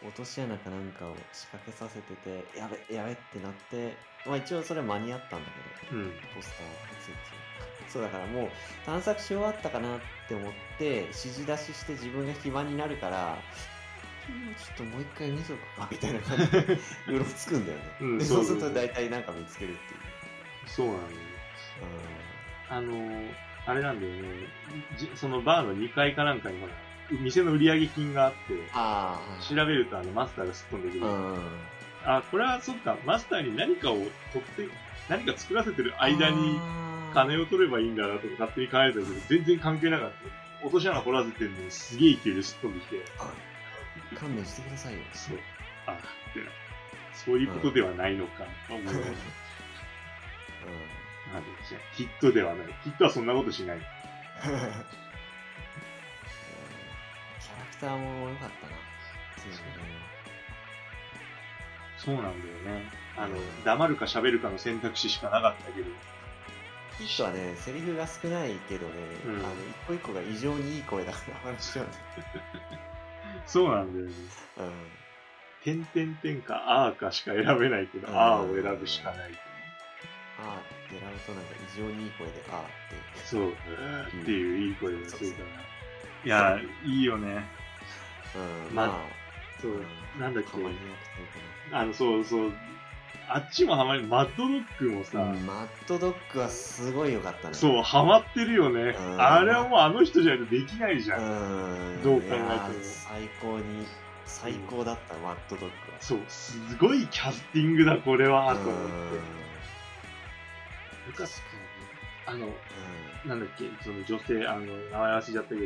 S1: 落とし穴かなんかを仕掛けさせててやべやべってなってまあ一応それ間に合ったんだけ
S2: うん。
S1: どポスターをついてそうだからもう探索し終わったかなって思って指示出しして自分が暇になるからちょっともう一回見とくかみたいな感じでうろつくんだよね、
S2: うん
S1: で
S2: そう
S1: そ
S2: そうう
S1: すると大体なんか見つけるっていう
S2: そうなのよ。あのー、あれなんだよね。じそのバーの2階かなんかに、ほら、店の売上金があって、
S1: ああ
S2: 調べるとあのマスターがすっ飛んでくる、
S1: うん
S2: あこれはそっかマスターに何かを取って何か作らせてる間に金を取ればいいんだなとか勝手に考えたけど全然関係なかった落とし穴掘らせてるのにすげえ勢いですっ飛んできて
S1: あ勘弁してくださいよ
S2: そうあってなそういうことではないのかと 思いながら、
S1: うん
S2: あのじゃあきっとではないきっとはそんなことしない
S1: キャラクターも良かったな。そう
S2: そうなんだよねあの黙るか喋るかの選択肢しかなかったけど
S1: ヒットはね、セリフが少ないけどね、
S2: うん
S1: あの一個一個が異常にいい声だから笑っちゃうんだ
S2: そうなんだよね
S1: よ
S2: 点々点かあーかしか選べないけど、
S1: うん
S2: あーを選ぶしかない。
S1: あーってやるとなんか異常にいい声であーって。
S2: そう。っていういい声がついたな。いやー、いいよね。
S1: うん、
S2: まあ
S1: まあ、
S2: そ
S1: うん
S2: う。なんだっ
S1: 可愛いなく
S2: け。あの、そうそう。あっちもハマり、マッドドッグも
S1: て
S2: さ
S1: か、マッドドッグはすごい良かったね。う
S2: そう、ハマってるよね。
S1: うん
S2: あれはもうあの人じゃないとできないじゃん。
S1: ん。
S2: どう考えても
S1: いやー最高に、最高だった、マッドドッグは。
S2: そう、すごいキャスティングだ、これは、と思って。よか
S1: 確か
S2: ったあの、
S1: に。
S2: なんだっけ、その女性、あの、名前忘れちゃったけど、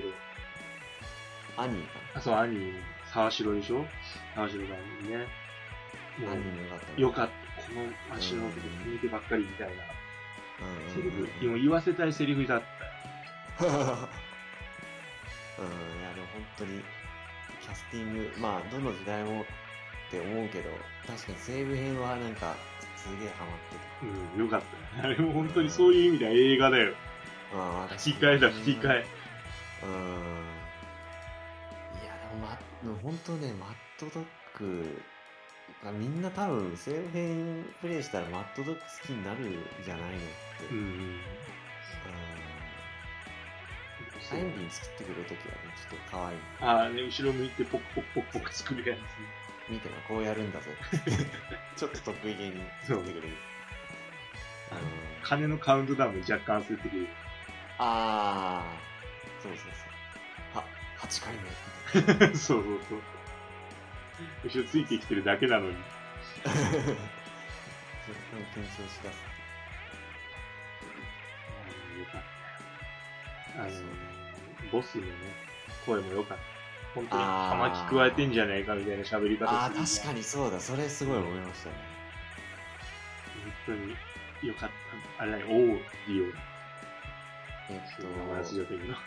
S1: うん。アニーかな。
S2: あ、そう、兄、沢城でしょ沢城さんね。も
S1: アニ
S2: う
S1: メよかったね
S2: よかった。この足のこと見てばっかりみたいなセリフ。
S1: うんうんうんうん、
S2: もう言わせたいセリフだった。
S1: うんいやでも本当にキャスティングまあどの時代もって思うけど確かに西部編はなんかすげえハマって
S2: うん、よかった。あれも本当にそういう意味では映画だよ。
S1: たうん私
S2: 吹き替えだ、吹き
S1: う
S2: 替え。
S1: んいやでも,、ま、でも本当ねマッドドッグがみんな多分西部編プレイしたらマッドドッグ好きになるんじゃないのって、う
S2: う
S1: ん
S2: ん。
S1: サイン瓶作ってくれる時はねちょっと可愛い
S2: あーね、後ろ向いてポクポクポクポク作るやつ。
S1: 見てなこうやるんだぜちょっと得意げに作ってくれる
S2: そう
S1: うん
S2: 金のカウントダウンも若干焦ってくる。
S1: ああそうそうそうあ8回目
S2: そうそうそう。後ろついてきてるだけなのに。
S1: 若干緊張しだす。
S2: よかった。あの、ボスのね、声も良かった。本当に、葉
S1: あー
S2: 巻加えてんじゃねえかみたいな喋り方
S1: ああ、
S2: する
S1: 確かにそうだ。それすごい思いましたね。
S2: 本当に良かった。あれだよ、オーディオ。
S1: えっと、
S2: ラジオ的な。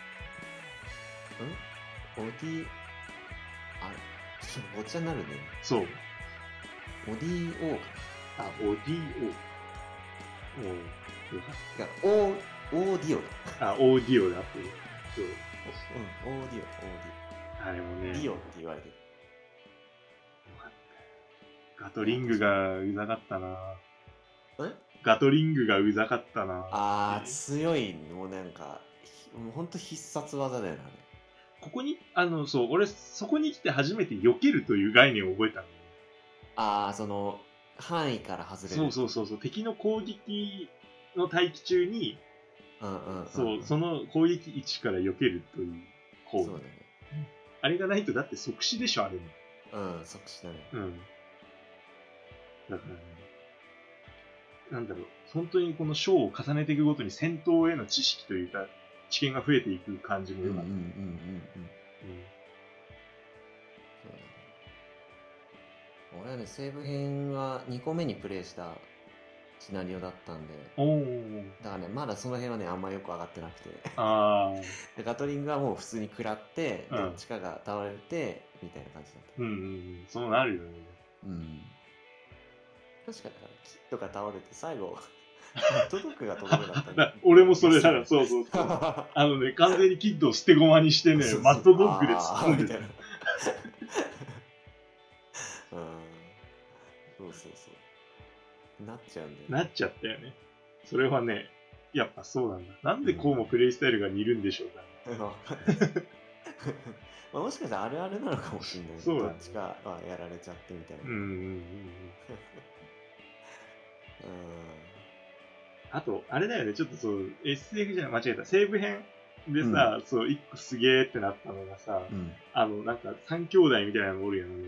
S1: オディ、あれ、ちょっとごっちゃになるね。
S2: そう。
S1: オディオか。
S2: あ、オーディオ。おうよかっ
S1: いや、オー、オーディオだ。
S2: た。あ、オーディオだって。そう。
S1: うん、オーディ
S2: あれも
S1: オ、オーディオ。
S2: ね、
S1: ディ
S2: よ
S1: オって言われてる。
S2: かった。ガトリングがうざかったな。
S1: え
S2: ガトリングがうざかったな。
S1: ああ、強い、もうなんか、ひもうほんと必殺技だよね、あれ。
S2: ここに、あの、そう、俺、そこに来て初めて避けるという概念を覚えたの。
S1: ああ、その、範囲から外れる。
S2: そうそうそうそう、敵の攻撃の待機中に、
S1: うんうんうんうん。
S2: そう、その攻撃位置から避けるという行為
S1: そう。だね。
S2: あれがないと、だって即死でしょ、あれも。
S1: うん、即死だね。
S2: うん。だからね、なんだろう、本当にこの章を重ねていくごとに戦闘への知識というか、知見が増えていく感じも
S1: うん
S2: よ
S1: うんう
S2: か
S1: ん
S2: っ
S1: う
S2: た。
S1: ん
S2: うん
S1: うん。そうだね俺はね、西部編は2個目にプレイしたシナリオだったんで、
S2: おー、
S1: だからね、まだその辺はね、あんまよく上がってなくて。
S2: あー、
S1: でガトリングはもう普通に食らって、
S2: うん
S1: どっちかが倒れて、みたいな感じだった。
S2: うんうんうん、そうなるよね。
S1: うん。確かだから、キッドが倒れて、最後、 トドクがとどめだった
S2: だ
S1: ね
S2: 俺もそれ だから、そうそうそう。あのね、完全にキッドを捨て駒にしてね
S1: そうそ、う
S2: マッドドッグで突っ込んで
S1: あー み。た
S2: た
S1: いなうん。そうそうそう。なっちゃうんだよね、
S2: なっちゃったよね。それはね、やっぱそうなんだ。なんでこうもプレイスタイルが似るんでしょうか。
S1: まあもしかしたらあるあるなのかもしれないね。
S2: そうだ
S1: ど
S2: ね
S1: っちかはやられちゃってみたいな。
S2: うんうんうんうん。
S1: う
S2: あと、あれだよね、ちょっとそう、SF じゃない、間違えた。西部編でさ、そう、一個すげーってなったのがさ、
S1: ん。うん。
S2: あの、なんか、三兄弟みたいなのおるやん。あの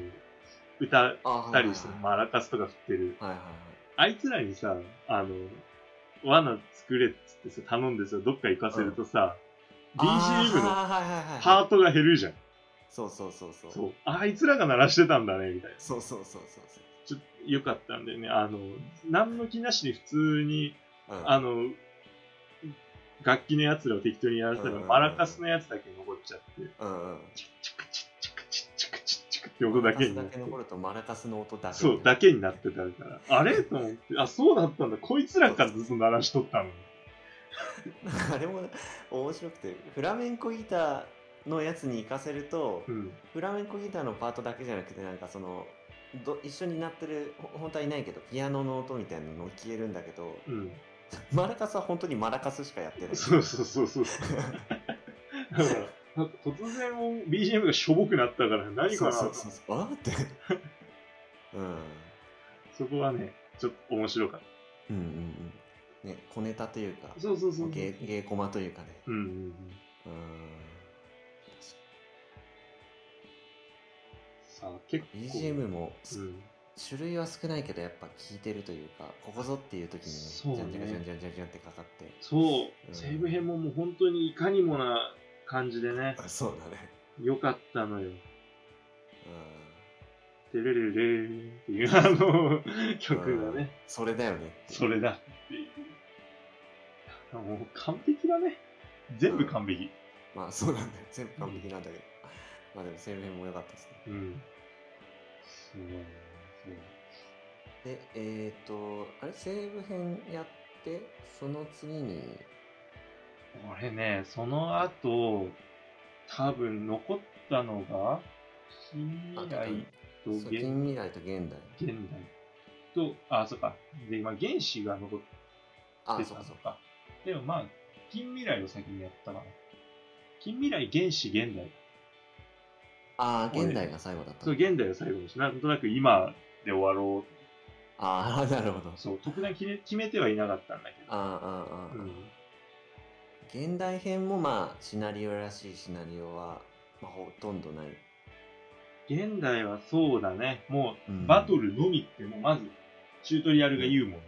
S2: 歌っ
S1: ああ、は
S2: た
S1: いはい
S2: りして、マラカスとか振ってる。
S1: はいはいはい。
S2: あいつらにさ、あの、罠作れっつってさ、頼んでさ、どっか行かせるとさ、BGM の
S1: あーはいはいはいはい
S2: パートが減るじゃん。
S1: そうそうそうそう。
S2: そう。あいつらが鳴らしてたんだね、みたいな。
S1: そうそうそうそう
S2: ちょっと良かったんだよね。あの、何の気なしに普通に、
S1: そう。うん、
S2: あの、楽器のやつらを適当にやらせた
S1: うん
S2: ら、
S1: うんうん
S2: マラカスのやつだけ残っちゃって、
S1: うんうん。
S2: チクチクチクチクチクチクチクチクって音だけに
S1: マ
S2: な
S1: ラ
S2: っ
S1: カスだ
S2: て
S1: け。残るとマラカスの音だけに。
S2: そう、だけになってたから、あれと思って、あ、そうだったんだ、こいつらからずっと鳴らしとったのに。
S1: あれも面白くて、フラメンコギターのやつに行かせると、
S2: うん。
S1: フラメンコギターのパートだけじゃなくてなんかそのど一緒になってるほ本当はいないけどピアノの音みたいなのも消えるんだけど
S2: うん。
S1: マラカスは本当にマラカスしかやってない
S2: そうそうそうそう。だからなんか突然もう BGM がしょぼくなったから何かな
S1: そうそうそうあーって うん
S2: そこはね、ちょっと面白かっ
S1: うんうんうんね小ネタというか
S2: た。そうそうそう。
S1: 芸芸コマというかね
S2: うんうんうん。
S1: うん
S2: さあ、結構。
S1: BGM もす
S2: うん。
S1: 種類は少ないけどやっぱ聴いてるというかここぞっていう時に
S2: そう
S1: ね
S2: ね
S1: ジャンジャンジャンジャンジャンジャンってかかって
S2: そう、
S1: うん
S2: 西部編ももう本当にいかにもな感じでね、
S1: あそうだね
S2: 良かったのよ。
S1: うん
S2: てれれれーっていうあの曲が
S1: うん
S2: ね、
S1: それだよね
S2: それだっていう。もう完璧だね。全部完璧。
S1: まあそうなんだよ。全部完璧なんだけど。まあでも西部編も良かったですね。
S2: うん。すごいね。
S1: で、えっ、と、あれ西部編やって、その次に、
S2: そう俺ね、その後、多分残ったのが、近
S1: あ
S2: 未来と
S1: そう
S2: 現
S1: 近未来と現代。
S2: 現代と、あ、そっか。で、今、原子が残って
S1: あ
S2: た
S1: そうかそうか。
S2: か。でもまあ、近未来を先にやったかな。近未来、原子、現代。
S1: ああ、現代が最後だった。
S2: そう、現代を最後にし、なんとなく今で終わろう。
S1: あ あ、なるほど。
S2: そう、特段決め決めてはいなかったんだけど。
S1: ああ、ああ、ああ
S2: うん。
S1: 現代編もまあ、シナリオらしいシナリオは、まあ、ほとんどない。
S2: 現代はそうだね。も
S1: う
S2: う、
S1: ん
S2: バトルのみって、もうまず、チュートリアルが言うもんね。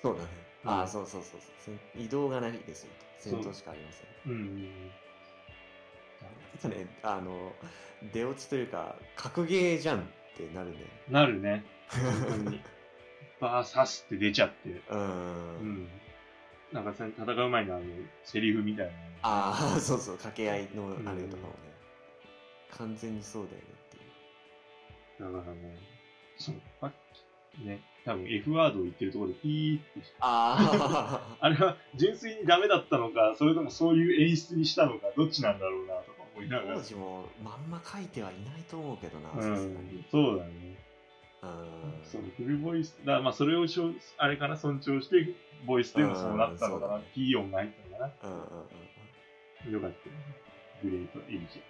S1: そうだね。
S2: うん
S1: ああ、そうそうそうそう。せん移動がないですよ。戦闘しかありません。
S2: うん。
S1: ちょっとね、あの、出落ちというか、格ゲーじゃんってなる ね。
S2: なるね。本当に。バーサスって出ちゃって。
S1: う。
S2: うんん。なんかさ戦う前のあの、セリフみたいな。
S1: ああ、そうそう、掛け合いの
S2: ん
S1: あれとかもね。完全にそうだよねっていう。
S2: だからもう、そう、さっきね、多分 F ワードを言ってるところでピーって、
S1: ああ。
S2: あれは純粋にダメだったのか、それともそういう演出にしたのか、どっちなんだろうなとか思いなが
S1: 当
S2: ら。
S1: 時もまんま書いてはいないと思うけどな、さ
S2: う
S1: すが
S2: ん
S1: に。、
S2: そうだね。
S1: うん
S2: そう、フルボイス、だまあそれをしょあれから尊重して、ボイスでもそうなったのか
S1: う
S2: な、
S1: ん
S2: ピー音が入ったのか
S1: うんうんうんうん。
S2: な。よかったよね。グレートエリジ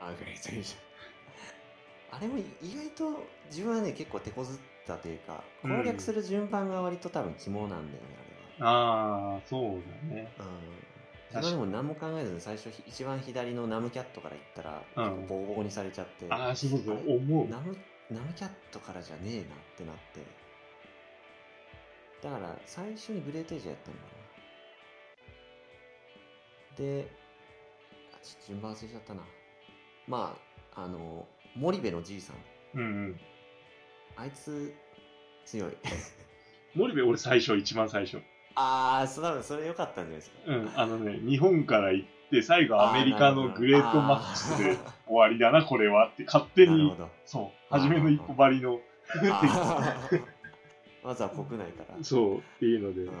S1: あ、グレートイリュージョンあれも意外と自分はね、結構手こずったというか、
S2: うん
S1: 攻略する順番が割と多分肝なんだよね、あれは。
S2: ああ、そうだね。
S1: うん。
S2: 確
S1: 自
S2: か
S1: 分でも何も考えずに最初ひ一番左のナムキャットから行ったら、
S2: うん
S1: 結構ボコボコにされちゃって、
S2: ああ、そうそう、思う。
S1: ナムナムキャットからじゃねえなってなって。だから、最初にグレートエイジャーやったのかな。で、あちょっと順番忘れちゃったな。まあ、あの、森部のじいさん。
S2: うんうん。
S1: あいつ、強い。
S2: 森部、俺最初、一番最初。
S1: あー、そう多分それ良かったんじゃないですか。
S2: うん、あのね、日本から行って、最後アメリカのグレートマッチスで終わりだな、これはって、勝手
S1: で。なる
S2: に
S1: ほ、ど。
S2: そう、初めの一歩張りの、
S1: あーまずは国内から。
S2: そう、っていうので、
S1: う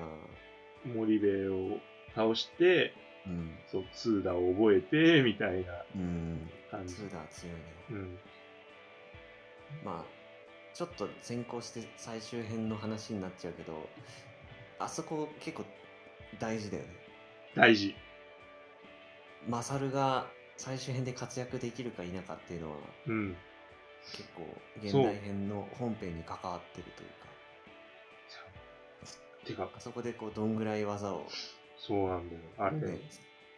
S2: 森部を倒して、
S1: ん。うん。
S2: そう、ツーダを覚えて、みたいな
S1: うん。
S2: 感じ
S1: ツ。ーダー強いね。
S2: うん。
S1: まあちょっと先行して最終編の話になっちゃうけどあそこ結構大事だよね
S2: 大事。
S1: マサルが最終編で活躍できるか否かっていうのは
S2: うん。
S1: 結構現代編の本編に関わってるというか
S2: てか、
S1: あそこでこうどんぐらい技を、
S2: そうなんだよ。あれ、
S1: ね
S2: ね、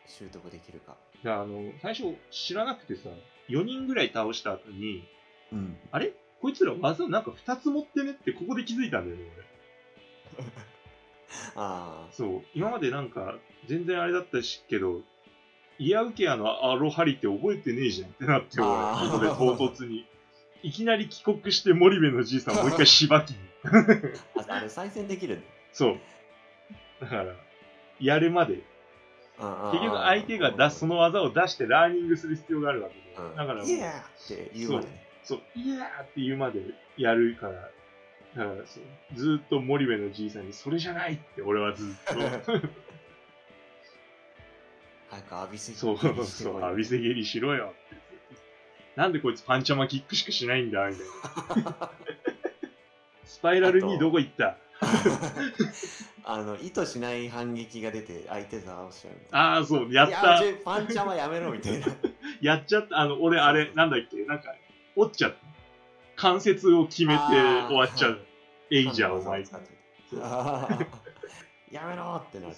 S1: 習得できるか
S2: であの、最初知らなくてさ、4人ぐらい倒した後に、
S1: うん
S2: あれこいつら技なんか2つ持ってねってここで気づいたんだよね、俺。
S1: ああ
S2: そう、今までなんか、全然あれだったしけど、イヤウケアのアロハリって覚えてねえじゃんってなって、俺、
S1: あー
S2: 後で唐突に。いきなり帰国して森部のじいさんもう一回しばきに。
S1: ああれ再戦できる
S2: そう。だから、やるまで。
S1: 結
S2: 結局相手が出す、その技を出してラーニングする必要があるわけで。
S1: うん、
S2: だからもう
S1: イエーって言うまでね
S2: そう、イヤーって言うまでやるから。だからそう、ずーっと森部のじいさんに、それじゃないって俺はずーっと。
S1: 早く浴びせ
S2: そうそうそう、浴びせ蹴りしろよって。なんでこいつパンチャマキックしかしないんだみたいな。 スパイラル
S1: あ
S2: に
S1: と
S2: どこ行った
S1: あの意図しない反撃が出て相手倒しちゃうみたいな
S2: ああ、そう、やっ
S1: い
S2: た。
S1: やちょパンチャンはやめろみたいな
S2: やっちゃった。あの、俺、あれ、なんだっけ、なんか、折っちゃった。関節を決めて
S1: あー
S2: 終わっちゃう。エイジャー、お前。そ
S1: そううあー やめろってなる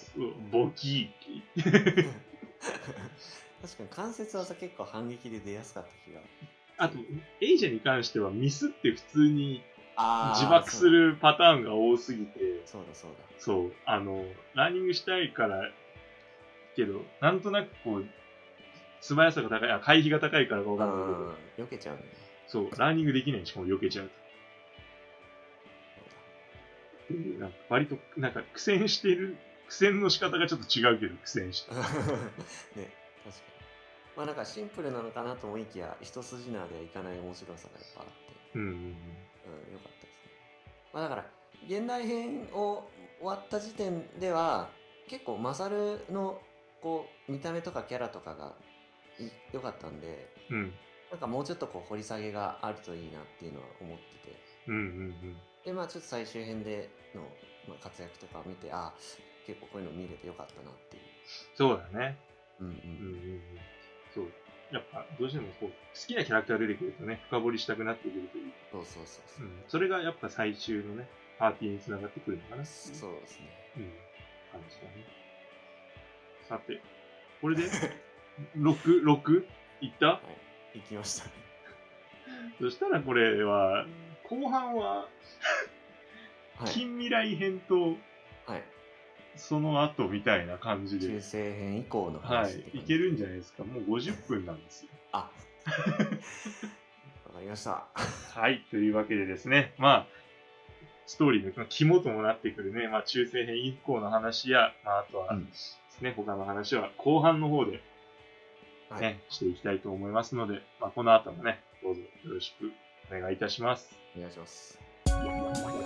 S2: ボキー。
S1: 確かに関節技結構反撃で出やすかった気が
S2: あと、エイジャーに関してはミスって普通に
S1: あー
S2: 自爆するパターンが多すぎて。
S1: そうだそうだそう
S2: そう、あの、ランニングしたいから、けど、なんとなくこう、素早さが高い、あ、回避が高いからかわ
S1: だ
S2: か
S1: うん
S2: ないけ
S1: ん避
S2: ど、
S1: けちゃうね
S2: そう、ランニングできないしかも避けちゃうっていう、なんか割と、なんか苦戦してる、苦戦の仕方がちょっと違うけど、苦戦して。
S1: ね確かにまあなんかシンプルなのかなと思いきや一筋縄ではいかない面白さがやっぱあって
S2: うん。
S1: うん、良かったですね。まあだから、現代編を終わった時点では、結構、マサルの、こう、見た目とかキャラとかがい良かったんで、
S2: うん。
S1: なんかもうちょっとこう、掘り下げがあるといいなっていうのは思ってて。
S2: うんうん
S1: で、まあちょっと最終編での、まあ、活躍とかを見て、あ結構こういうの見れて良かったなっていう。
S2: そうだね。
S1: うんう
S2: う
S1: ん。
S2: んうんうん。そう。やっぱ、どうしてもこう、好きなキャラクター出てくるとね、深掘りしたくなってくるというか、
S1: そうそうそう
S2: う
S1: そう。
S2: ん。それがやっぱ最終のね、パーティーにつながってくるのかな。
S1: そうですね。
S2: うん、感じだね。さて、 これで6、6? いった
S1: 行きましたね。
S2: そしたらこれは、後半は
S1: はい、
S2: 近未来編と
S1: はい、
S2: その後みたいな感じ
S1: 中
S2: で、
S1: 世編以降の
S2: は
S1: 話って
S2: い、い
S1: 感じ
S2: けるんじゃないですか。もう50分なんですよ。
S1: あわかりました
S2: はい、というわけでですね、まあ、ストーリーの肝ともなってくるね、まあ、中世編以降の話や、まあ、あとは
S1: う
S2: で
S1: ん
S2: すね、他の話は後半の方で、ね、
S1: はい、
S2: していきたいと思いますので、まあ、この後もね、どうぞよろしくお願いいたします。
S1: お願いします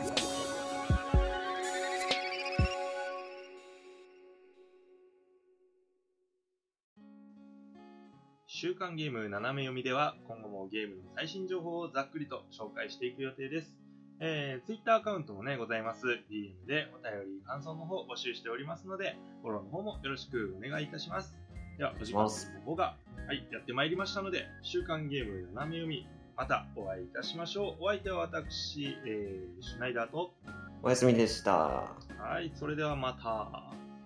S2: 週刊ゲーム斜め読みでは今後もゲームの最新情報をざっくりと紹介していく予定です。えー、Twitter アカウントもね、ございます。DM でお便り、感想の方募集しておりますので、フォローの方もよろしくお願いいたします。では、お時間の方が、はい、やってまいりましたので、週刊ゲーム斜め読み、またお会いいたしましょう。お相手は私、えー、シュナイダーと、
S1: おやすみでした
S2: はい、それではまた。